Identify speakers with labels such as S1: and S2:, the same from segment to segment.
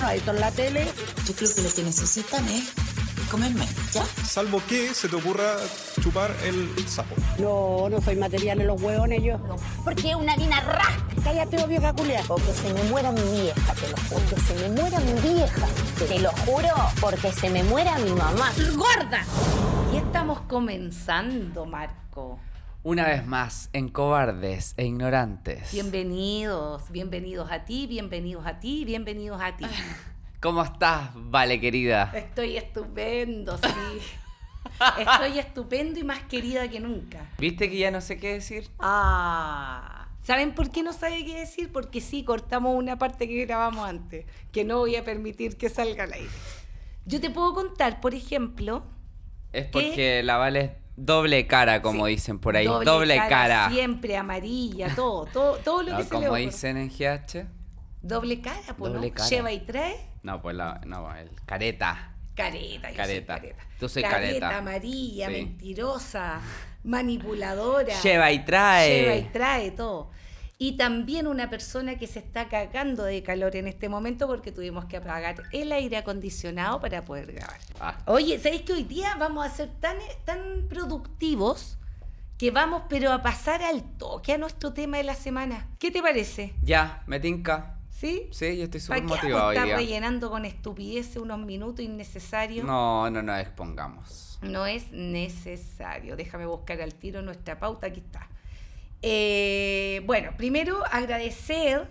S1: no hay en la tele.
S2: Yo creo que lo que necesitan es comerme, ¿ya?
S3: Salvo que se te ocurra chupar el sapo.
S1: No, no soy material en los hueones yo. No,
S4: porque es una harina rasca.
S1: Cállate, obvio, caculia.
S5: O que se me muera mi vieja, te lo juro. Que se me muera mi vieja.
S4: Te lo juro, porque se me muera mi mamá.
S6: ¡Gorda! Y estamos comenzando, Marco.
S7: Una vez más, en cobardes e ignorantes.
S6: Bienvenidos, bienvenidos a ti, bienvenidos a ti, bienvenidos a ti.
S7: ¿Cómo estás, Vale, querida?
S6: Estoy estupendo, sí. Estoy estupendo y más querida que nunca.
S7: ¿Viste que ya no sé qué decir?
S6: Ah. ¿Saben por qué no sabe qué decir? Porque sí, cortamos una parte que grabamos antes, que no voy a permitir que salga al aire. Yo te puedo contar, por ejemplo,
S7: Es porque la Vale es doble cara, como dicen por ahí. Doble, cara.
S6: Siempre amarilla, todo, todo, todo lo
S7: No,
S6: que se le
S7: como
S6: ocurra.
S7: dicen en GH.
S6: Doble cara, pues,
S7: Doble
S6: ¿no?
S7: cara.
S6: Lleva y trae.
S7: No, pues la, no, el careta.
S6: Careta, yo
S7: Careta.
S6: soy careta.
S7: Tú soy careta.
S6: amarilla,
S7: Sí.
S6: mentirosa, manipuladora.
S7: Lleva y trae.
S6: Lleva y trae todo. Y también una persona que se está cagando de calor en este momento porque tuvimos que apagar el aire acondicionado para poder grabar.
S7: Ah,
S6: Oye, ¿sabéis que hoy día vamos a ser tan, tan productivos que vamos pero a pasar al toque a nuestro tema de la semana? ¿Qué te parece?
S7: ya, me tinca.
S6: ¿Sí?
S7: Sí, yo estoy
S6: ¿Para
S7: súper
S6: qué vamos
S7: motivado
S6: a
S7: hoy
S6: estar
S7: día.
S6: rellenando con estupidez unos minutos innecesarios?
S7: No, no nos expongamos.
S6: No es necesario. Déjame buscar al tiro nuestra pauta. Aquí está. Eh, bueno, primero agradecer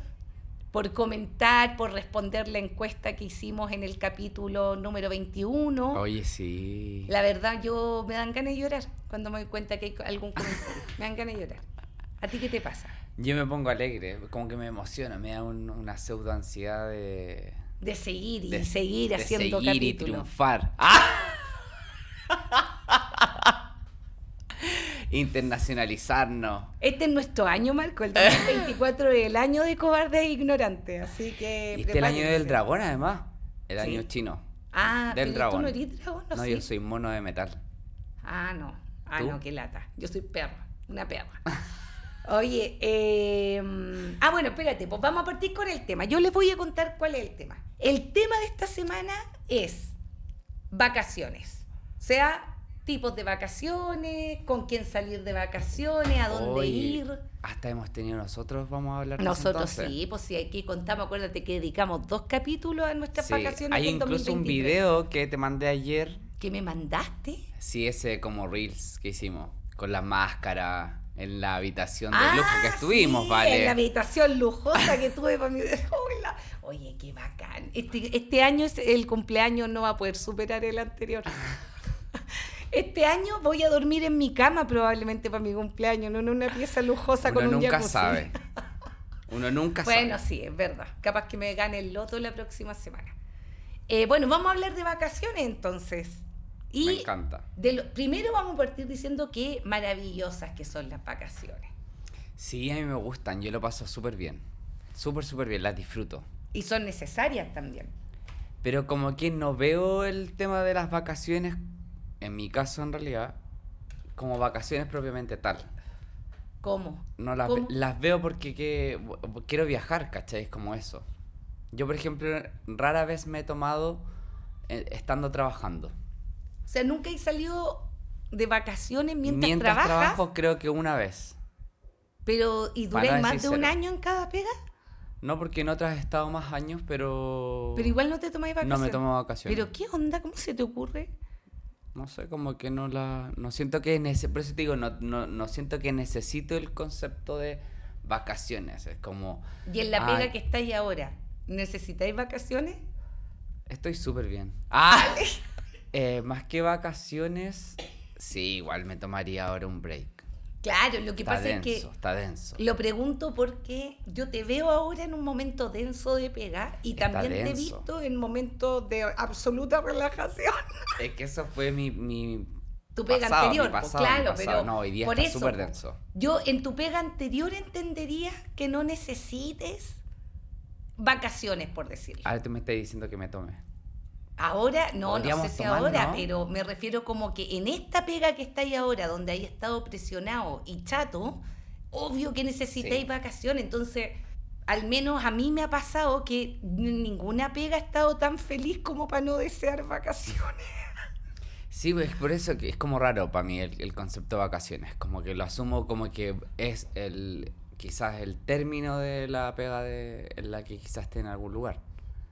S6: por comentar, por responder la encuesta que hicimos en el capítulo número 21.
S7: Oye, sí.
S6: La verdad, yo me dan ganas de llorar cuando me doy cuenta que hay co- algún comentario. Me dan ganas de llorar. ¿A ti qué te pasa?
S7: Yo me pongo alegre, como que me emociona, me da un- una pseudo ansiedad de.
S6: De seguir y
S7: de
S6: seguir
S7: de
S6: haciendo
S7: seguir y
S6: capítulos.
S7: triunfar. ¡Ah! Internacionalizarnos.
S6: Este es nuestro año, Marco. El 2024 es el año de cobardes e ignorantes. Así que.
S7: Y este el año del
S6: Eh, prepárense.
S7: dragón, además. El
S6: Sí.
S7: año chino.
S6: Ah,
S7: del
S6: pero
S7: dragón.
S6: tú no eres dragón, no,
S7: No,
S6: sí?
S7: yo soy mono de metal.
S6: Ah, no. Ah,
S7: ¿Tú?
S6: no, qué lata. Yo soy perra, una perra. Oye, eh, ah, bueno, espérate, pues vamos a partir con el tema. Yo les voy a contar cuál es el tema. El tema de esta semana es vacaciones. O sea, tipos de vacaciones, con quién salir de vacaciones, a dónde
S7: Hoy,
S6: ir.
S7: Hasta hemos tenido nosotros, vamos a hablar de eso
S6: Nosotros
S7: entonces.
S6: sí, pues sí, aquí contamos, acuérdate que dedicamos dos capítulos a nuestras
S7: Sí,
S6: vacaciones.
S7: Hay
S6: del
S7: incluso un
S6: 2023.
S7: video que te mandé ayer.
S6: que me mandaste.
S7: Sí, ese como Reels que hicimos. Con la máscara en la habitación de
S6: Ah,
S7: lujo que estuvimos,
S6: sí, En
S7: vale.
S6: la habitación lujosa que tuve para mi. Hola. Oye, qué bacán. Este, este año es el cumpleaños, no va a poder superar el anterior. Este año voy a dormir en mi cama probablemente para mi cumpleaños, no en una pieza lujosa
S7: Uno
S6: con un
S7: nunca
S6: jacuzzi.
S7: sabe. Uno nunca
S6: Bueno,
S7: sabe.
S6: sí, es verdad. Capaz que me gane el loto la próxima semana. Eh, bueno, vamos a hablar de vacaciones entonces. Y
S7: Me encanta.
S6: de lo- primero vamos a partir diciendo qué maravillosas que son las vacaciones.
S7: Sí, a mí me gustan. Yo lo paso súper bien. Súper, súper bien. Las disfruto.
S6: Y son necesarias también.
S7: Pero como que no veo el tema de las vacaciones, en mi caso en realidad, como vacaciones propiamente tal.
S6: ¿Cómo?
S7: No las,
S6: ¿Cómo?
S7: ve- las veo porque que- quiero viajar, ¿cachai? Es como eso. Yo, por ejemplo, rara vez me he tomado eh, estando trabajando.
S6: O sea, nunca he salido de vacaciones mientras, trabajas.
S7: trabajo, creo que una vez.
S6: Pero, ¿y
S7: Para
S6: duráis
S7: no
S6: más
S7: decir
S6: de un
S7: cero.
S6: año en cada pega?
S7: No porque en otras he estado más años, pero...
S6: Pero igual no te tomáis
S7: No
S6: vacaciones.
S7: me tomo vacaciones.
S6: ¿Pero qué onda? ¿Cómo se te ocurre?
S7: No sé, como que no la... No siento que... Nece, por eso te digo, no, no, no siento que necesito el concepto de vacaciones. Es como...
S6: Y en la pega
S7: Ay.
S6: que estáis ahora, ¿necesitáis vacaciones?
S7: Estoy súper bien. ¡Ah! Eh, más que vacaciones... Sí, igual me tomaría ahora un break.
S6: Claro, lo que
S7: Está
S6: pasa
S7: denso,
S6: es
S7: está denso.
S6: que lo pregunto porque yo te veo ahora en un momento denso de pega y
S7: Está
S6: también te he
S7: denso.
S6: visto en momentos de absoluta relajación.
S7: Es que eso fue mi... mi
S6: tu pega
S7: pasado, mi
S6: anterior. pues,
S7: pasado, mi
S6: claro,
S7: pasado.
S6: pero
S7: No, hoy día
S6: por
S7: está
S6: eso,
S7: súper denso.
S6: Yo en tu pega anterior entendería que no necesites vacaciones, por decirlo.
S7: Ahora tú me estás diciendo que me tome.
S6: Ahora, no, no sé
S7: Podríamos
S6: si
S7: tomar,
S6: ahora,
S7: ¿no?
S6: pero me refiero como que en esta pega que estáis ahora, donde hay estado presionado y chato, obvio que necesitáis
S7: Sí.
S6: vacaciones. Entonces, al menos a mí me ha pasado que n- ninguna pega ha estado tan feliz como para no desear vacaciones.
S7: Sí, pues por eso que es como raro para mí el, el concepto de vacaciones. Como que lo asumo como que es el quizás el término de la pega de, en la que quizás esté en algún lugar.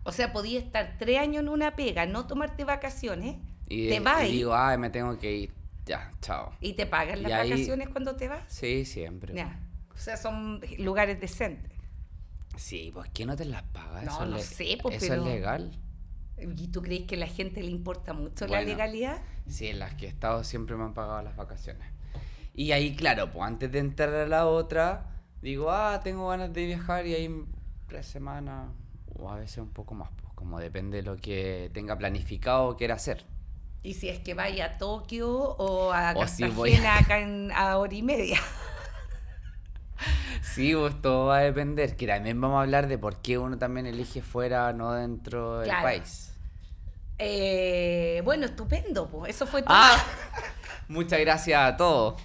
S6: O sea, podía estar tres años en una pega, no tomarte vacaciones,
S7: Y,
S6: te
S7: eh,
S6: vas
S7: y
S6: y,
S7: digo, ay, me tengo que ir. Ya, chao.
S6: te pagan las
S7: y ahí-
S6: vacaciones cuando te vas.
S7: Sí, siempre.
S6: Ya. O sea, son lugares decentes.
S7: Sí, pues ¿quién no te las paga?
S6: No,
S7: eso es
S6: no
S7: le-
S6: sé, pues,
S7: Eso
S6: pero-
S7: es legal.
S6: ¿Y tú crees que a la gente le importa mucho la
S7: Bueno.
S6: legalidad?
S7: Sí, en las que he estado siempre me han pagado las vacaciones. Y ahí, claro, pues antes de entrar a la otra, digo, ah, tengo ganas de viajar y ahí tres semanas o a veces un poco más, pues como depende de lo que tenga planificado o quiera hacer.
S6: Y si es que vaya a Tokio o a
S7: O si
S6: Cartagena
S7: voy a-
S6: acá en, a hora y media.
S7: Sí, pues todo va a depender, que también vamos a hablar de por qué uno también elige fuera, no dentro del
S6: Claro.
S7: país.
S6: Eh, bueno, estupendo, pues. Eso fue todo.
S7: Ah, muchas gracias a todos.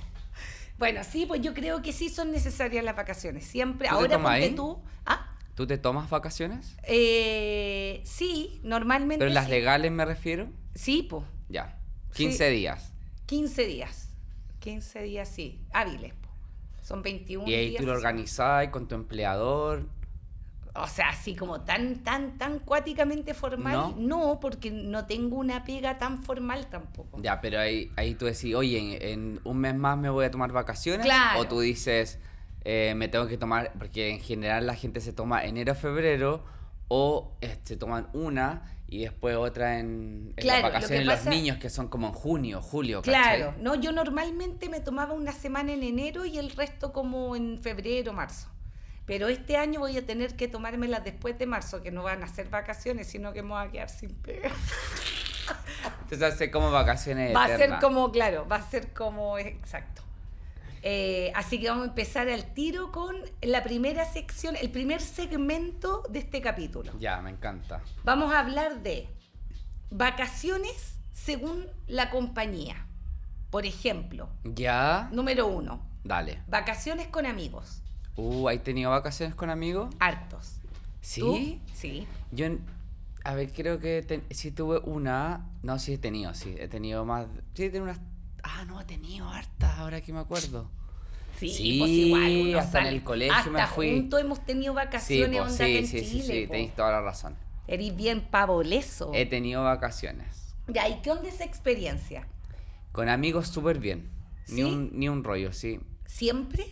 S6: Bueno, sí, pues yo creo que sí son necesarias las vacaciones. Siempre.
S7: ¿Tú te
S6: Ahora
S7: tomas
S6: ponte
S7: ahí?
S6: tú. Ah,
S7: ¿Tú te tomas vacaciones?
S6: eh, sí, normalmente.
S7: Pero las
S6: sí.
S7: legales me refiero.
S6: Sí, pues.
S7: Ya,
S6: Sí.
S7: 15 días.
S6: 15 días. 15 días, sí. Hábiles, po. Son 21
S7: Y ahí
S6: días.
S7: tú lo
S6: así.
S7: organizás con tu empleador.
S6: O sea, así como tan, tan, tan cuáticamente formal. No. porque no tengo una pega tan formal tampoco.
S7: Ya, pero ahí, ahí tú decís, oye, en, en un mes más me voy a tomar vacaciones.
S6: Claro.
S7: O tú dices, eh, me tengo que tomar, porque en general la gente se toma enero, febrero, o eh, se toman una y después otra en, en
S6: Claro, lo
S7: las
S6: que
S7: vacaciones de los
S6: pasa-
S7: niños, que son como en junio, julio, pues, ¿cachai?
S6: Claro, no, yo normalmente me tomaba una semana en enero y el resto como en febrero, marzo. Pero este año voy a tener que tomármelas después de marzo, que no van a ser vacaciones, sino que me voy a quedar sin pega.
S7: Entonces hace como vacaciones
S6: Va a ser
S7: eternas.
S6: como, claro, va a ser como, exacto. Eh, así que vamos a empezar al tiro con la primera sección, el primer segmento de este capítulo.
S7: Ya, me encanta.
S6: Vamos a hablar de vacaciones según la compañía. Por ejemplo,
S7: Ya,
S6: número uno,
S7: dale.
S6: Vacaciones con amigos.
S7: Uh, ¿hay tenido vacaciones con amigos?
S6: Hartos.
S7: Sí.
S6: ¿Tú? Sí.
S7: Yo, en- a ver, creo que ten- sí tuve una. No, sí he tenido, sí. He tenido más. Sí, he tenido unas. Ah, no, he tenido hartas, ahora que me acuerdo.
S6: Sí,
S7: Sí,
S6: pues igual. uno
S7: hasta en
S6: sale.
S7: el colegio
S6: hasta
S7: me fui.
S6: juntos hemos tenido vacaciones
S7: sí, pues,
S6: onda acá en
S7: sí, sí,
S6: Chile.
S7: sí,
S6: po. Oh.
S7: tenéis Eh. toda la razón.
S6: Eres bien pavoleso.
S7: He tenido vacaciones.
S6: Ya, ¿y qué onda esa experiencia?
S7: Con amigos súper bien. Ni,
S6: ¿Sí?
S7: un, ni un rollo, sí.
S6: ¿Siempre?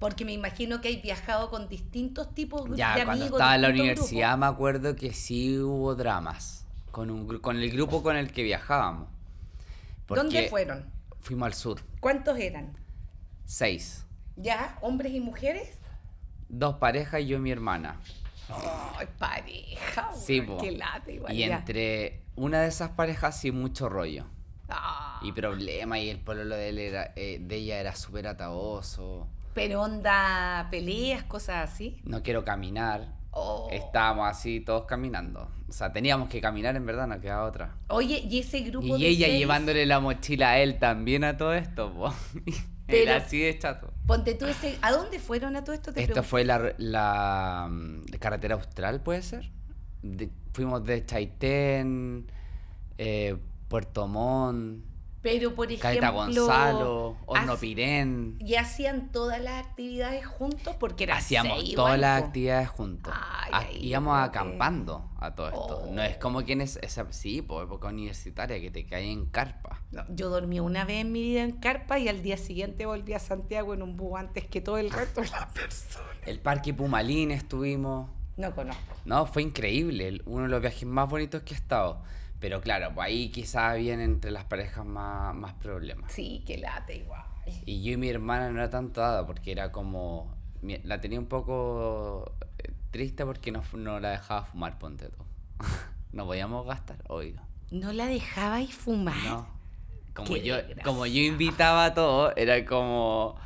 S6: Porque me imagino que hay viajado con distintos tipos de
S7: Ya,
S6: amigos.
S7: cuando estaba en la
S6: distintos grupos.
S7: universidad me acuerdo que sí hubo dramas. Con, un, gru- con el grupo con el que viajábamos.
S6: ¿Dónde
S7: Porque
S6: fueron?
S7: Fuimos al sur.
S6: ¿Cuántos eran?
S7: Seis.
S6: ¿Ya? ¿Hombres y mujeres?
S7: Dos parejas y yo y mi hermana.
S6: Ay, pareja.
S7: Sí,
S6: weón,
S7: po.
S6: qué lata igual.
S7: Y
S6: ya.
S7: entre una de esas parejas sí mucho rollo.
S6: Ah.
S7: Y problema, y el pololo de él era, eh, de ella era súper ataoso.
S6: Pero onda, peleas, cosas así.
S7: No quiero caminar.
S6: Oh.
S7: Estábamos así todos caminando. O sea, teníamos que caminar en verdad, no quedaba otra.
S6: Oye, y ese grupo
S7: Y
S6: de
S7: ella
S6: seis,
S7: llevándole la mochila a él también a todo esto, po.
S6: Pero-
S7: Era así de chato.
S6: Ponte tú ese... ¿A dónde fueron a todo esto? Te
S7: Esto
S6: pregunto.
S7: fue la, la, mm, carretera austral, ¿puede ser? De- fuimos de Chaitén, eh, Puerto Montt,
S6: Pero, por ejemplo...
S7: Caleta Gonzalo, Horno
S6: hac-
S7: Pirén.
S6: Y hacían todas las actividades juntos porque eran
S7: Hacíamos
S6: seis
S7: todas
S6: igual,
S7: las
S6: po.
S7: actividades juntos.
S6: Ay,
S7: Ha-
S6: ahí
S7: íbamos
S6: yo creo que-
S7: acampando a todo esto. No es
S6: Oh.
S7: como quienes. Esa, sí, por época universitaria, que te caen en carpa.
S6: No, yo dormí una vez en mi vida en carpa y al día siguiente volví a Santiago en un bus antes que todo el resto de las personas.
S7: El Parque Pumalín estuvimos.
S6: No conozco.
S7: No, fue increíble. el- Uno de los viajes más bonitos que he estado. Pero claro, pues ahí quizás habían entre las parejas más, más problemas.
S6: Sí, qué lata igual.
S7: Y yo y mi hermana no era tanto dada porque era como. mi- La tenía un poco eh, triste porque no, fu- no la dejaba fumar, ponte tú. no podíamos gastar, oiga.
S6: ¿No la dejabais fumar?
S7: No. Como
S6: Qué
S7: yo,
S6: desgracia.
S7: como yo invitaba a todo, era como.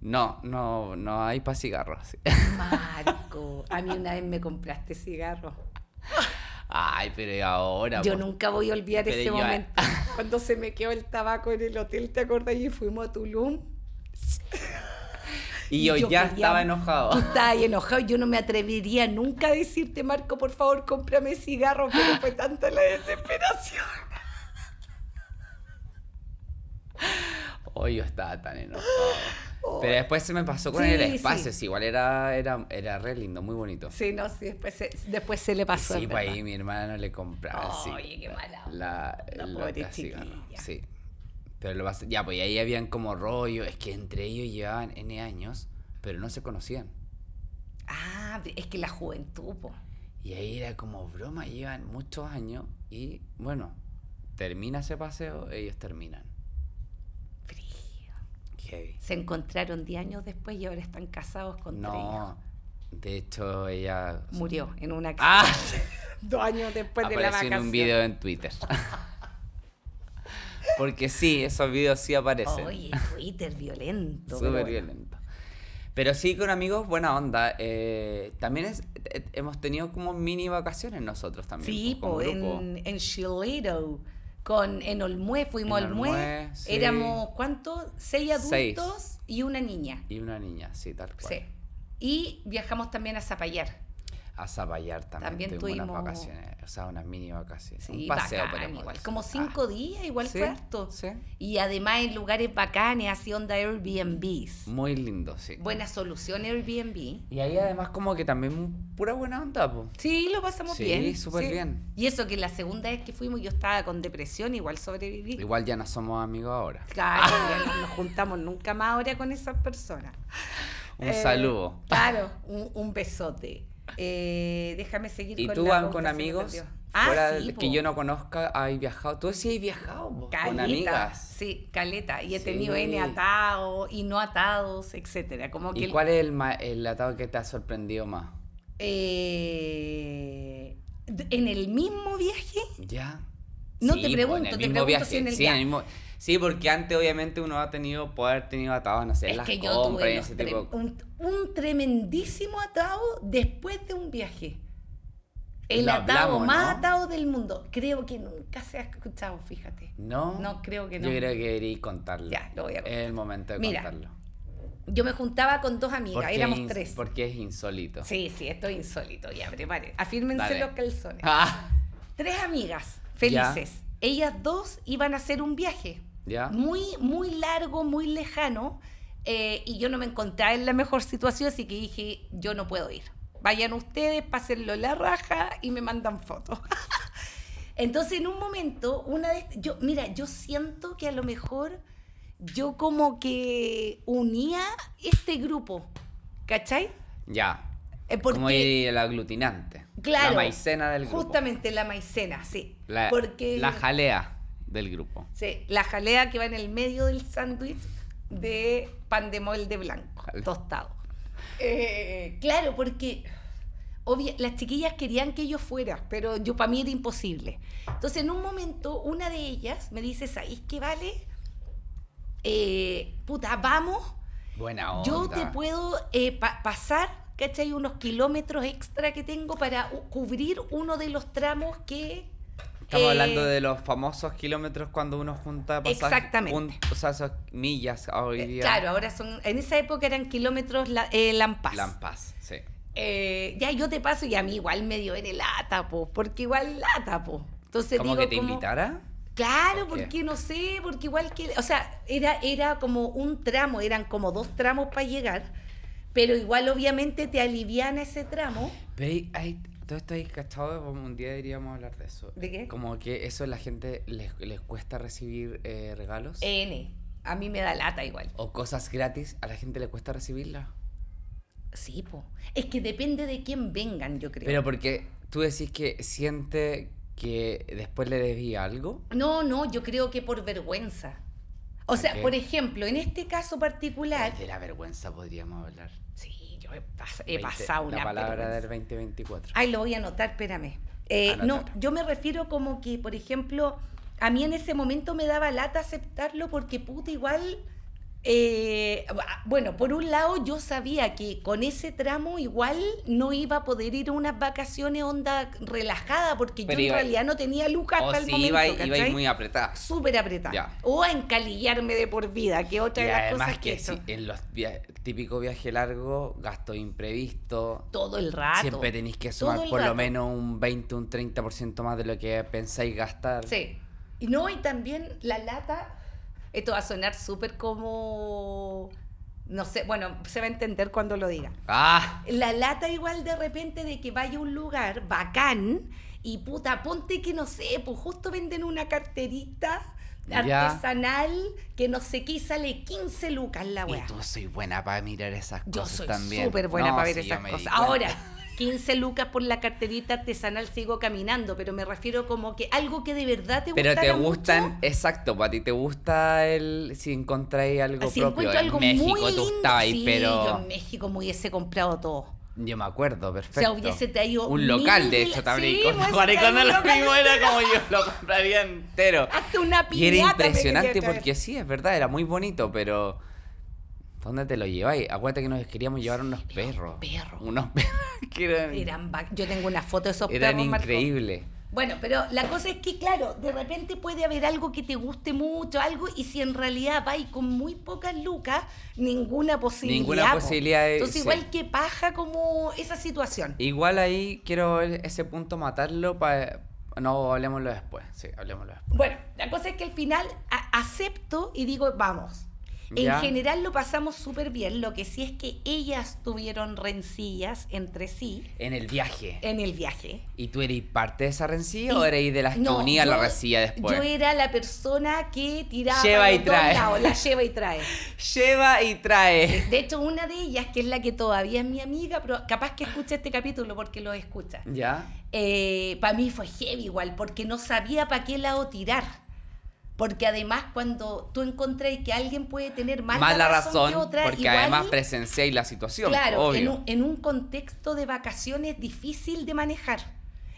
S7: No, no, no hay para cigarros.
S6: Marco, a mí una vez me compraste cigarros.
S7: Ay, pero ahora.
S6: Yo
S7: po.
S6: nunca voy a olvidar
S7: pues. Pero
S6: ese
S7: yo-
S6: momento. Cuando se me quedó el tabaco en el hotel, ¿te acordás? Y fuimos a Tulum.
S7: Y yo ya estaba enojado.
S6: Tú estabas enojado. Yo no me atrevería nunca a decirte, Marco, por favor, cómprame cigarro, pero fue tanta la desesperación.
S7: Hoy yo estaba tan enojado. Pero después se me pasó con
S6: Oh. Sí,
S7: el espacio,
S6: sí.
S7: sí, igual era, era, era re lindo, muy bonito.
S6: Sí, no, sí, después se, después se le pasó.
S7: Sí,
S6: es
S7: pues
S6: verdad.
S7: ahí mi hermana no le compraba. sí,
S6: Oye, qué mala
S7: La,
S6: La
S7: la-
S6: pobre
S7: la cigarro,
S6: chiquilla.
S7: Sí. Pero lo pas- ya, pues y ahí habían como rollo. Es que entre ellos llevaban N años, pero no se conocían.
S6: Ah, es que la juventud, po.
S7: Y ahí era como broma, llevan muchos años y bueno, termina ese paseo, ellos terminan.
S6: Frío.
S7: Heavy.
S6: Se encontraron 10 años después y ahora están casados con tres hijos.
S7: No, de hecho ella
S6: Murió en una
S7: Ah.
S6: Dos años después de la
S7: apareció
S6: vacación.
S7: en un video en Twitter. Porque sí, esos videos sí aparecen.
S6: Oye, Twitter violento.
S7: Súper
S6: pero bueno.
S7: violento. Pero sí, con amigos, buena onda. Eh, también es, eh, hemos tenido como mini vacaciones nosotros también.
S6: Sí,
S7: pues,
S6: po,
S7: con grupo.
S6: en, en Chilero, con, en Olmué, fuimos
S7: En
S6: a Olmué,
S7: Olmué, sí.
S6: éramos, ¿cuántos? Seis
S7: Seis.
S6: adultos y una niña.
S7: Y una niña, sí, tal cual.
S6: Sí. Y viajamos también a Zapallar.
S7: A Zapallar también,
S6: También
S7: tuvimos,
S6: tuvimos-
S7: unas vacaciones, o sea, unas mini vacaciones.
S6: Sí,
S7: un paseo,
S6: bacán,
S7: podemos
S6: igual.
S7: decir.
S6: Como cinco
S7: Ah,
S6: días, igual
S7: Sí,
S6: fue harto.
S7: sí.
S6: Y además en lugares bacanes, así onda Airbnbs.
S7: Muy lindo, sí.
S6: Buena solución Airbnb.
S7: Y ahí además como que también pura buena onda, pues. po.
S6: Sí, lo pasamos
S7: Sí,
S6: bien.
S7: súper bien.
S6: Y eso que la segunda vez que fuimos yo estaba con depresión, igual sobreviví.
S7: Igual ya no somos amigos ahora.
S6: Claro, ya no nos juntamos nunca más ahora con esas personas.
S7: Un
S6: Eh,
S7: saludo.
S6: Claro, un, un besote. Eh, déjame seguir
S7: ¿Y
S6: con
S7: tú
S6: la
S7: van
S6: pauta,
S7: con
S6: se me
S7: amigos?
S6: perdió.
S7: fuera
S6: Ah, sí,
S7: de-
S6: po.
S7: que yo no conozca, hay viajado. Tú sí has viajado, po, con
S6: Caleta,
S7: amigas.
S6: Sí, caleta. Y he
S7: Sí.
S6: tenido N atados y no atados, etcétera. Como que
S7: ¿Y
S6: el-
S7: cuál es el, ma- el atado que te ha sorprendido más?
S6: eh, d- en el mismo viaje,
S7: ¿Ya?
S6: No, te
S7: po,
S6: pregunto, te pregunto si en el
S7: sí, en
S6: viaje.
S7: el mismo- sí, porque antes obviamente uno ha tenido, puede haber tenido atados, no sé, en
S6: es
S7: las
S6: que yo
S7: compras
S6: tuve
S7: y
S6: los
S7: ese
S6: tre-
S7: tipo.
S6: un, un tremendísimo atado después de un viaje. El
S7: Lo
S6: atado
S7: hablamos,
S6: más
S7: ¿no?
S6: atado del mundo. Creo que nunca se ha escuchado, fíjate.
S7: ¿No?
S6: No, creo que no.
S7: Yo creo que debería contarlo.
S6: Ya, lo voy a contar.
S7: Es el momento de
S6: Mira,
S7: contarlo.
S6: Yo me juntaba con dos amigas,
S7: Porque
S6: éramos
S7: es ins-
S6: tres.
S7: Porque es insólito.
S6: Sí, sí, esto es insólito, ya, prepare. Afírmense
S7: Dale.
S6: los calzones.
S7: Ah,
S6: Tres amigas felices. Ellas dos iban a hacer un viaje.
S7: Ya.
S6: Muy, muy largo, muy lejano. eh, y yo no me encontraba en la mejor situación, así que dije, yo no puedo ir. Vayan ustedes, pásenlo la raja y me mandan fotos. Entonces, en un momento, una de est- yo, mira, yo siento que a lo mejor yo como que unía este grupo, ¿cachai?
S7: ya.
S6: Eh, porque-
S7: Como ir el aglutinante.
S6: Claro.
S7: La maicena del grupo.
S6: Justamente la maicena, sí.
S7: La,
S6: porque
S7: la jalea del grupo.
S6: sí, la jalea que va en el medio del sándwich de pan de molde blanco,
S7: Jale.
S6: tostado. Eh, claro, porque obvia- las chiquillas querían que yo fuera, pero yo para mí era imposible. Entonces, en un momento, una de ellas me dice, ¿sabéis qué vale? Eh, puta, vamos.
S7: Buena onda.
S6: Yo te puedo eh, pa- pasar, ¿cachai? Unos kilómetros extra que tengo para u- cubrir uno de los tramos que...
S7: Estamos
S6: eh,
S7: hablando de los famosos kilómetros cuando uno junta pasajes.
S6: Exactamente.
S7: o sea, esas millas ah, hoy
S6: eh,
S7: día.
S6: Claro, ahora son... En esa época eran kilómetros la, eh, Lampas.
S7: Lampas, sí.
S6: Eh, ya yo te paso y a mí igual me dio en el atapo, porque igual lata, po. Entonces
S7: Como
S6: digo
S7: que te invitara.
S6: Claro,
S7: ¿Por qué?
S6: porque no sé, porque igual que, o sea, era, era como un tramo, eran como dos tramos para llegar, pero igual obviamente te alivian ese tramo.
S7: Ve, hay, todo esto ahí cachado, como un día deberíamos hablar de eso.
S6: ¿De qué?
S7: Como que eso la gente les, les cuesta recibir eh, regalos.
S6: N. A mí me da lata igual.
S7: O cosas gratis, a la gente le cuesta recibirlas.
S6: Sí, po. Es que depende de quién vengan, yo creo.
S7: Pero porque tú decís que siente que después le debía algo.
S6: No, no, yo creo que por vergüenza. O sea,
S7: Ok.
S6: por ejemplo, en este caso particular.
S7: De la vergüenza podríamos hablar.
S6: Sí, yo he, pas- he
S7: Veinte-
S6: pasado una
S7: La palabra
S6: vergüenza.
S7: del 2024.
S6: Ay, lo voy a anotar, espérame. Eh, no,
S7: Anótalo.
S6: yo me refiero como que, por ejemplo, a mí en ese momento me daba lata aceptarlo porque puta, igual Eh, bueno, por un lado yo sabía que con ese tramo igual no iba a poder ir a unas vacaciones onda relajada porque
S7: Pero
S6: yo
S7: iba-
S6: en realidad no tenía lucas
S7: O
S6: hasta el
S7: si
S6: momento.
S7: iba, a ir- iba a ir
S6: ¿cachai?
S7: muy apretada.
S6: Súper apretada.
S7: Ya.
S6: O a encalillarme de por vida, que otra
S7: Y
S6: de las
S7: además
S6: cosas
S7: que
S6: que, eso.
S7: si en los via- típico viaje largo, gasto imprevisto.
S6: todo el rato.
S7: Siempre tenéis que
S6: Todo
S7: sumar
S6: el
S7: por
S6: rato.
S7: lo menos un 20, un 30% más de lo que pensáis gastar.
S6: Sí. Y no, y también la lata, esto va a sonar súper como, no sé, bueno, se va a entender cuando lo diga.
S7: ¡Ah!
S6: La lata igual de repente de que vaya a un lugar bacán y puta, ponte que no sé, pues justo venden una carterita
S7: Ya.
S6: artesanal que no sé qué y sale 15 lucas la
S7: Y
S6: weá.
S7: tú soy buena para mirar esas
S6: Yo
S7: cosas
S6: soy
S7: también.
S6: súper buena
S7: No,
S6: para ver
S7: sí, yo
S6: esas
S7: me di
S6: cosas.
S7: cuenta.
S6: Ahora, 15 lucas por la carterita artesanal sigo caminando, pero me refiero como que algo que de verdad te
S7: Pero te
S6: gustara mucho,
S7: gustan, exacto, a ti te gusta el si encontráis algo
S6: Así
S7: propio.
S6: encuentro algo
S7: en México
S6: muy
S7: tú
S6: lindo.
S7: estabas ahí,
S6: Sí, yo
S7: pero
S6: en México me hubiese comprado todo.
S7: yo me acuerdo, perfecto.
S6: O sea, hubiese traído
S7: un
S6: mil
S7: local, de
S6: de
S7: hecho,
S6: la-
S7: te
S6: Sí,
S7: con,
S6: hubiese
S7: cuando
S6: traído un
S7: lo
S6: local
S7: mismo era como yo lo compraría entero.
S6: Hasta una piñata.
S7: Y era
S6: me
S7: impresionante
S6: quería traer.
S7: porque sí, es verdad, era muy bonito, pero ¿dónde te lo lleváis? Acuérdate que nos queríamos llevar unos perros.
S6: perros.
S7: Unos perros que eran, eran,
S6: Eran ba- yo tengo una foto de esos perros, Marco.
S7: increíbles.
S6: Bueno, pero la cosa es que, claro, de repente puede haber algo que te guste mucho, algo, y si en realidad vais con muy pocas lucas, ninguna posibilidad.
S7: Ninguna
S6: po.
S7: posibilidad de-
S6: Entonces,
S7: sí.
S6: igual que paja como esa situación.
S7: Igual ahí quiero ese punto matarlo para... No, hablemoslo después. Sí, hablemoslo después.
S6: Bueno, la cosa es que al final a- acepto y digo, vamos. En
S7: Ya.
S6: general lo pasamos súper bien, lo que sí es que ellas tuvieron rencillas entre sí
S7: En el viaje.
S6: en el viaje.
S7: ¿Y tú eres parte de esa rencilla o
S6: Eh, Y-
S7: eres de las que
S6: no,
S7: unía la
S6: yo-
S7: rencilla después?
S6: Yo era la persona que tiraba
S7: Lleva
S6: para
S7: y
S6: los dos
S7: trae.
S6: lados, la lleva y trae.
S7: Lleva y trae.
S6: De hecho, una de ellas, que es la que todavía es mi amiga, pero capaz que escucha este capítulo porque lo escucha.
S7: ¿Ya?
S6: para eh, mí fue heavy igual, porque no sabía para qué lado tirar. Porque además cuando tú encontrás que alguien puede tener más
S7: Más la
S6: razón,
S7: razón,
S6: que otra,
S7: porque
S6: igual-
S7: además presenciáis la situación.
S6: Claro, en
S7: obvio.
S6: un, en un contexto de vacaciones difícil de manejar.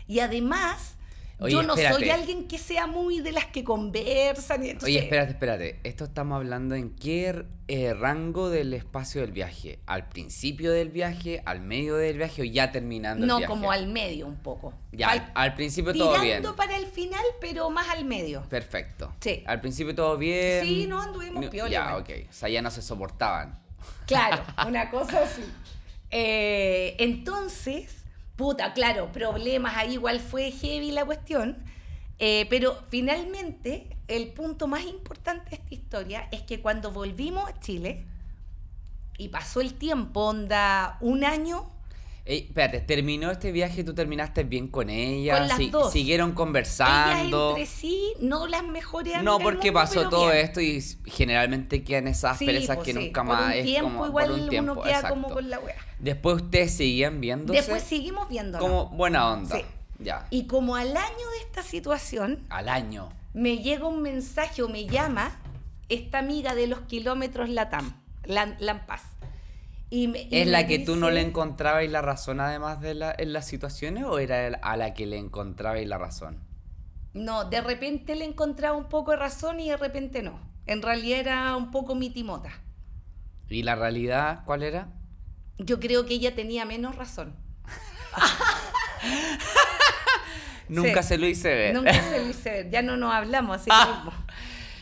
S6: Y además,
S7: Oye,
S6: yo no soy
S7: espérate.
S6: alguien que sea muy de las que conversan. Y entonces,
S7: Oye, espérate, espérate. Esto estamos hablando en qué eh, rango del espacio del viaje. ¿Al principio del viaje, al medio del viaje o ya terminando
S6: No,
S7: el viaje?
S6: como al medio un poco.
S7: Ya,
S6: Fal-
S7: al, al principio todo
S6: tirando
S7: bien.
S6: para el final, pero más al medio.
S7: Perfecto.
S6: Sí.
S7: Al principio todo bien.
S6: Sí, no, anduvimos
S7: No-
S6: piola,
S7: Ya,
S6: igual.
S7: ok. O sea, ya no se soportaban.
S6: Claro, una cosa así. Eh, entonces, puta, claro, problemas ahí igual fue heavy la cuestión, eh, pero finalmente el punto más importante de esta historia es que cuando volvimos a Chile y pasó el tiempo, onda, un año,
S7: Ey, espérate, terminó este viaje, tú terminaste bien con ella.
S6: Con las
S7: si-
S6: dos.
S7: Siguieron
S6: ellas
S7: conversando.
S6: entre sí no las mejores amigas
S7: No,
S6: del
S7: porque
S6: mundo,
S7: pasó
S6: pero
S7: todo
S6: bien.
S7: esto y s- generalmente quedan esas
S6: Sí,
S7: perezas
S6: pues
S7: que
S6: sí,
S7: nunca
S6: por
S7: más
S6: un
S7: es
S6: tiempo
S7: como
S6: igual
S7: por un tiempo.
S6: uno queda
S7: exacto.
S6: como con la wea.
S7: Después ustedes seguían viéndose
S6: Después seguimos viéndonos.
S7: como buena onda.
S6: Sí.
S7: Ya.
S6: Y como al año de esta situación,
S7: Al año.
S6: me llega un mensaje o me llama esta amiga de los kilómetros Latam, Lan, Lan Paz. Y me- y
S7: ¿Es
S6: me
S7: la que tú no
S6: dice-
S7: le encontrabais la razón además de la, en las situaciones o era el- a la que le encontrabais la razón?
S6: No, de repente le encontraba un poco de razón y de repente no. En realidad era un poco mi timota.
S7: ¿Y la realidad cuál era?
S6: Yo creo que ella tenía menos razón.
S7: Nunca
S6: Sí.
S7: se lo hice ver.
S6: Nunca se lo hice ver, ya no nos hablamos así mismo.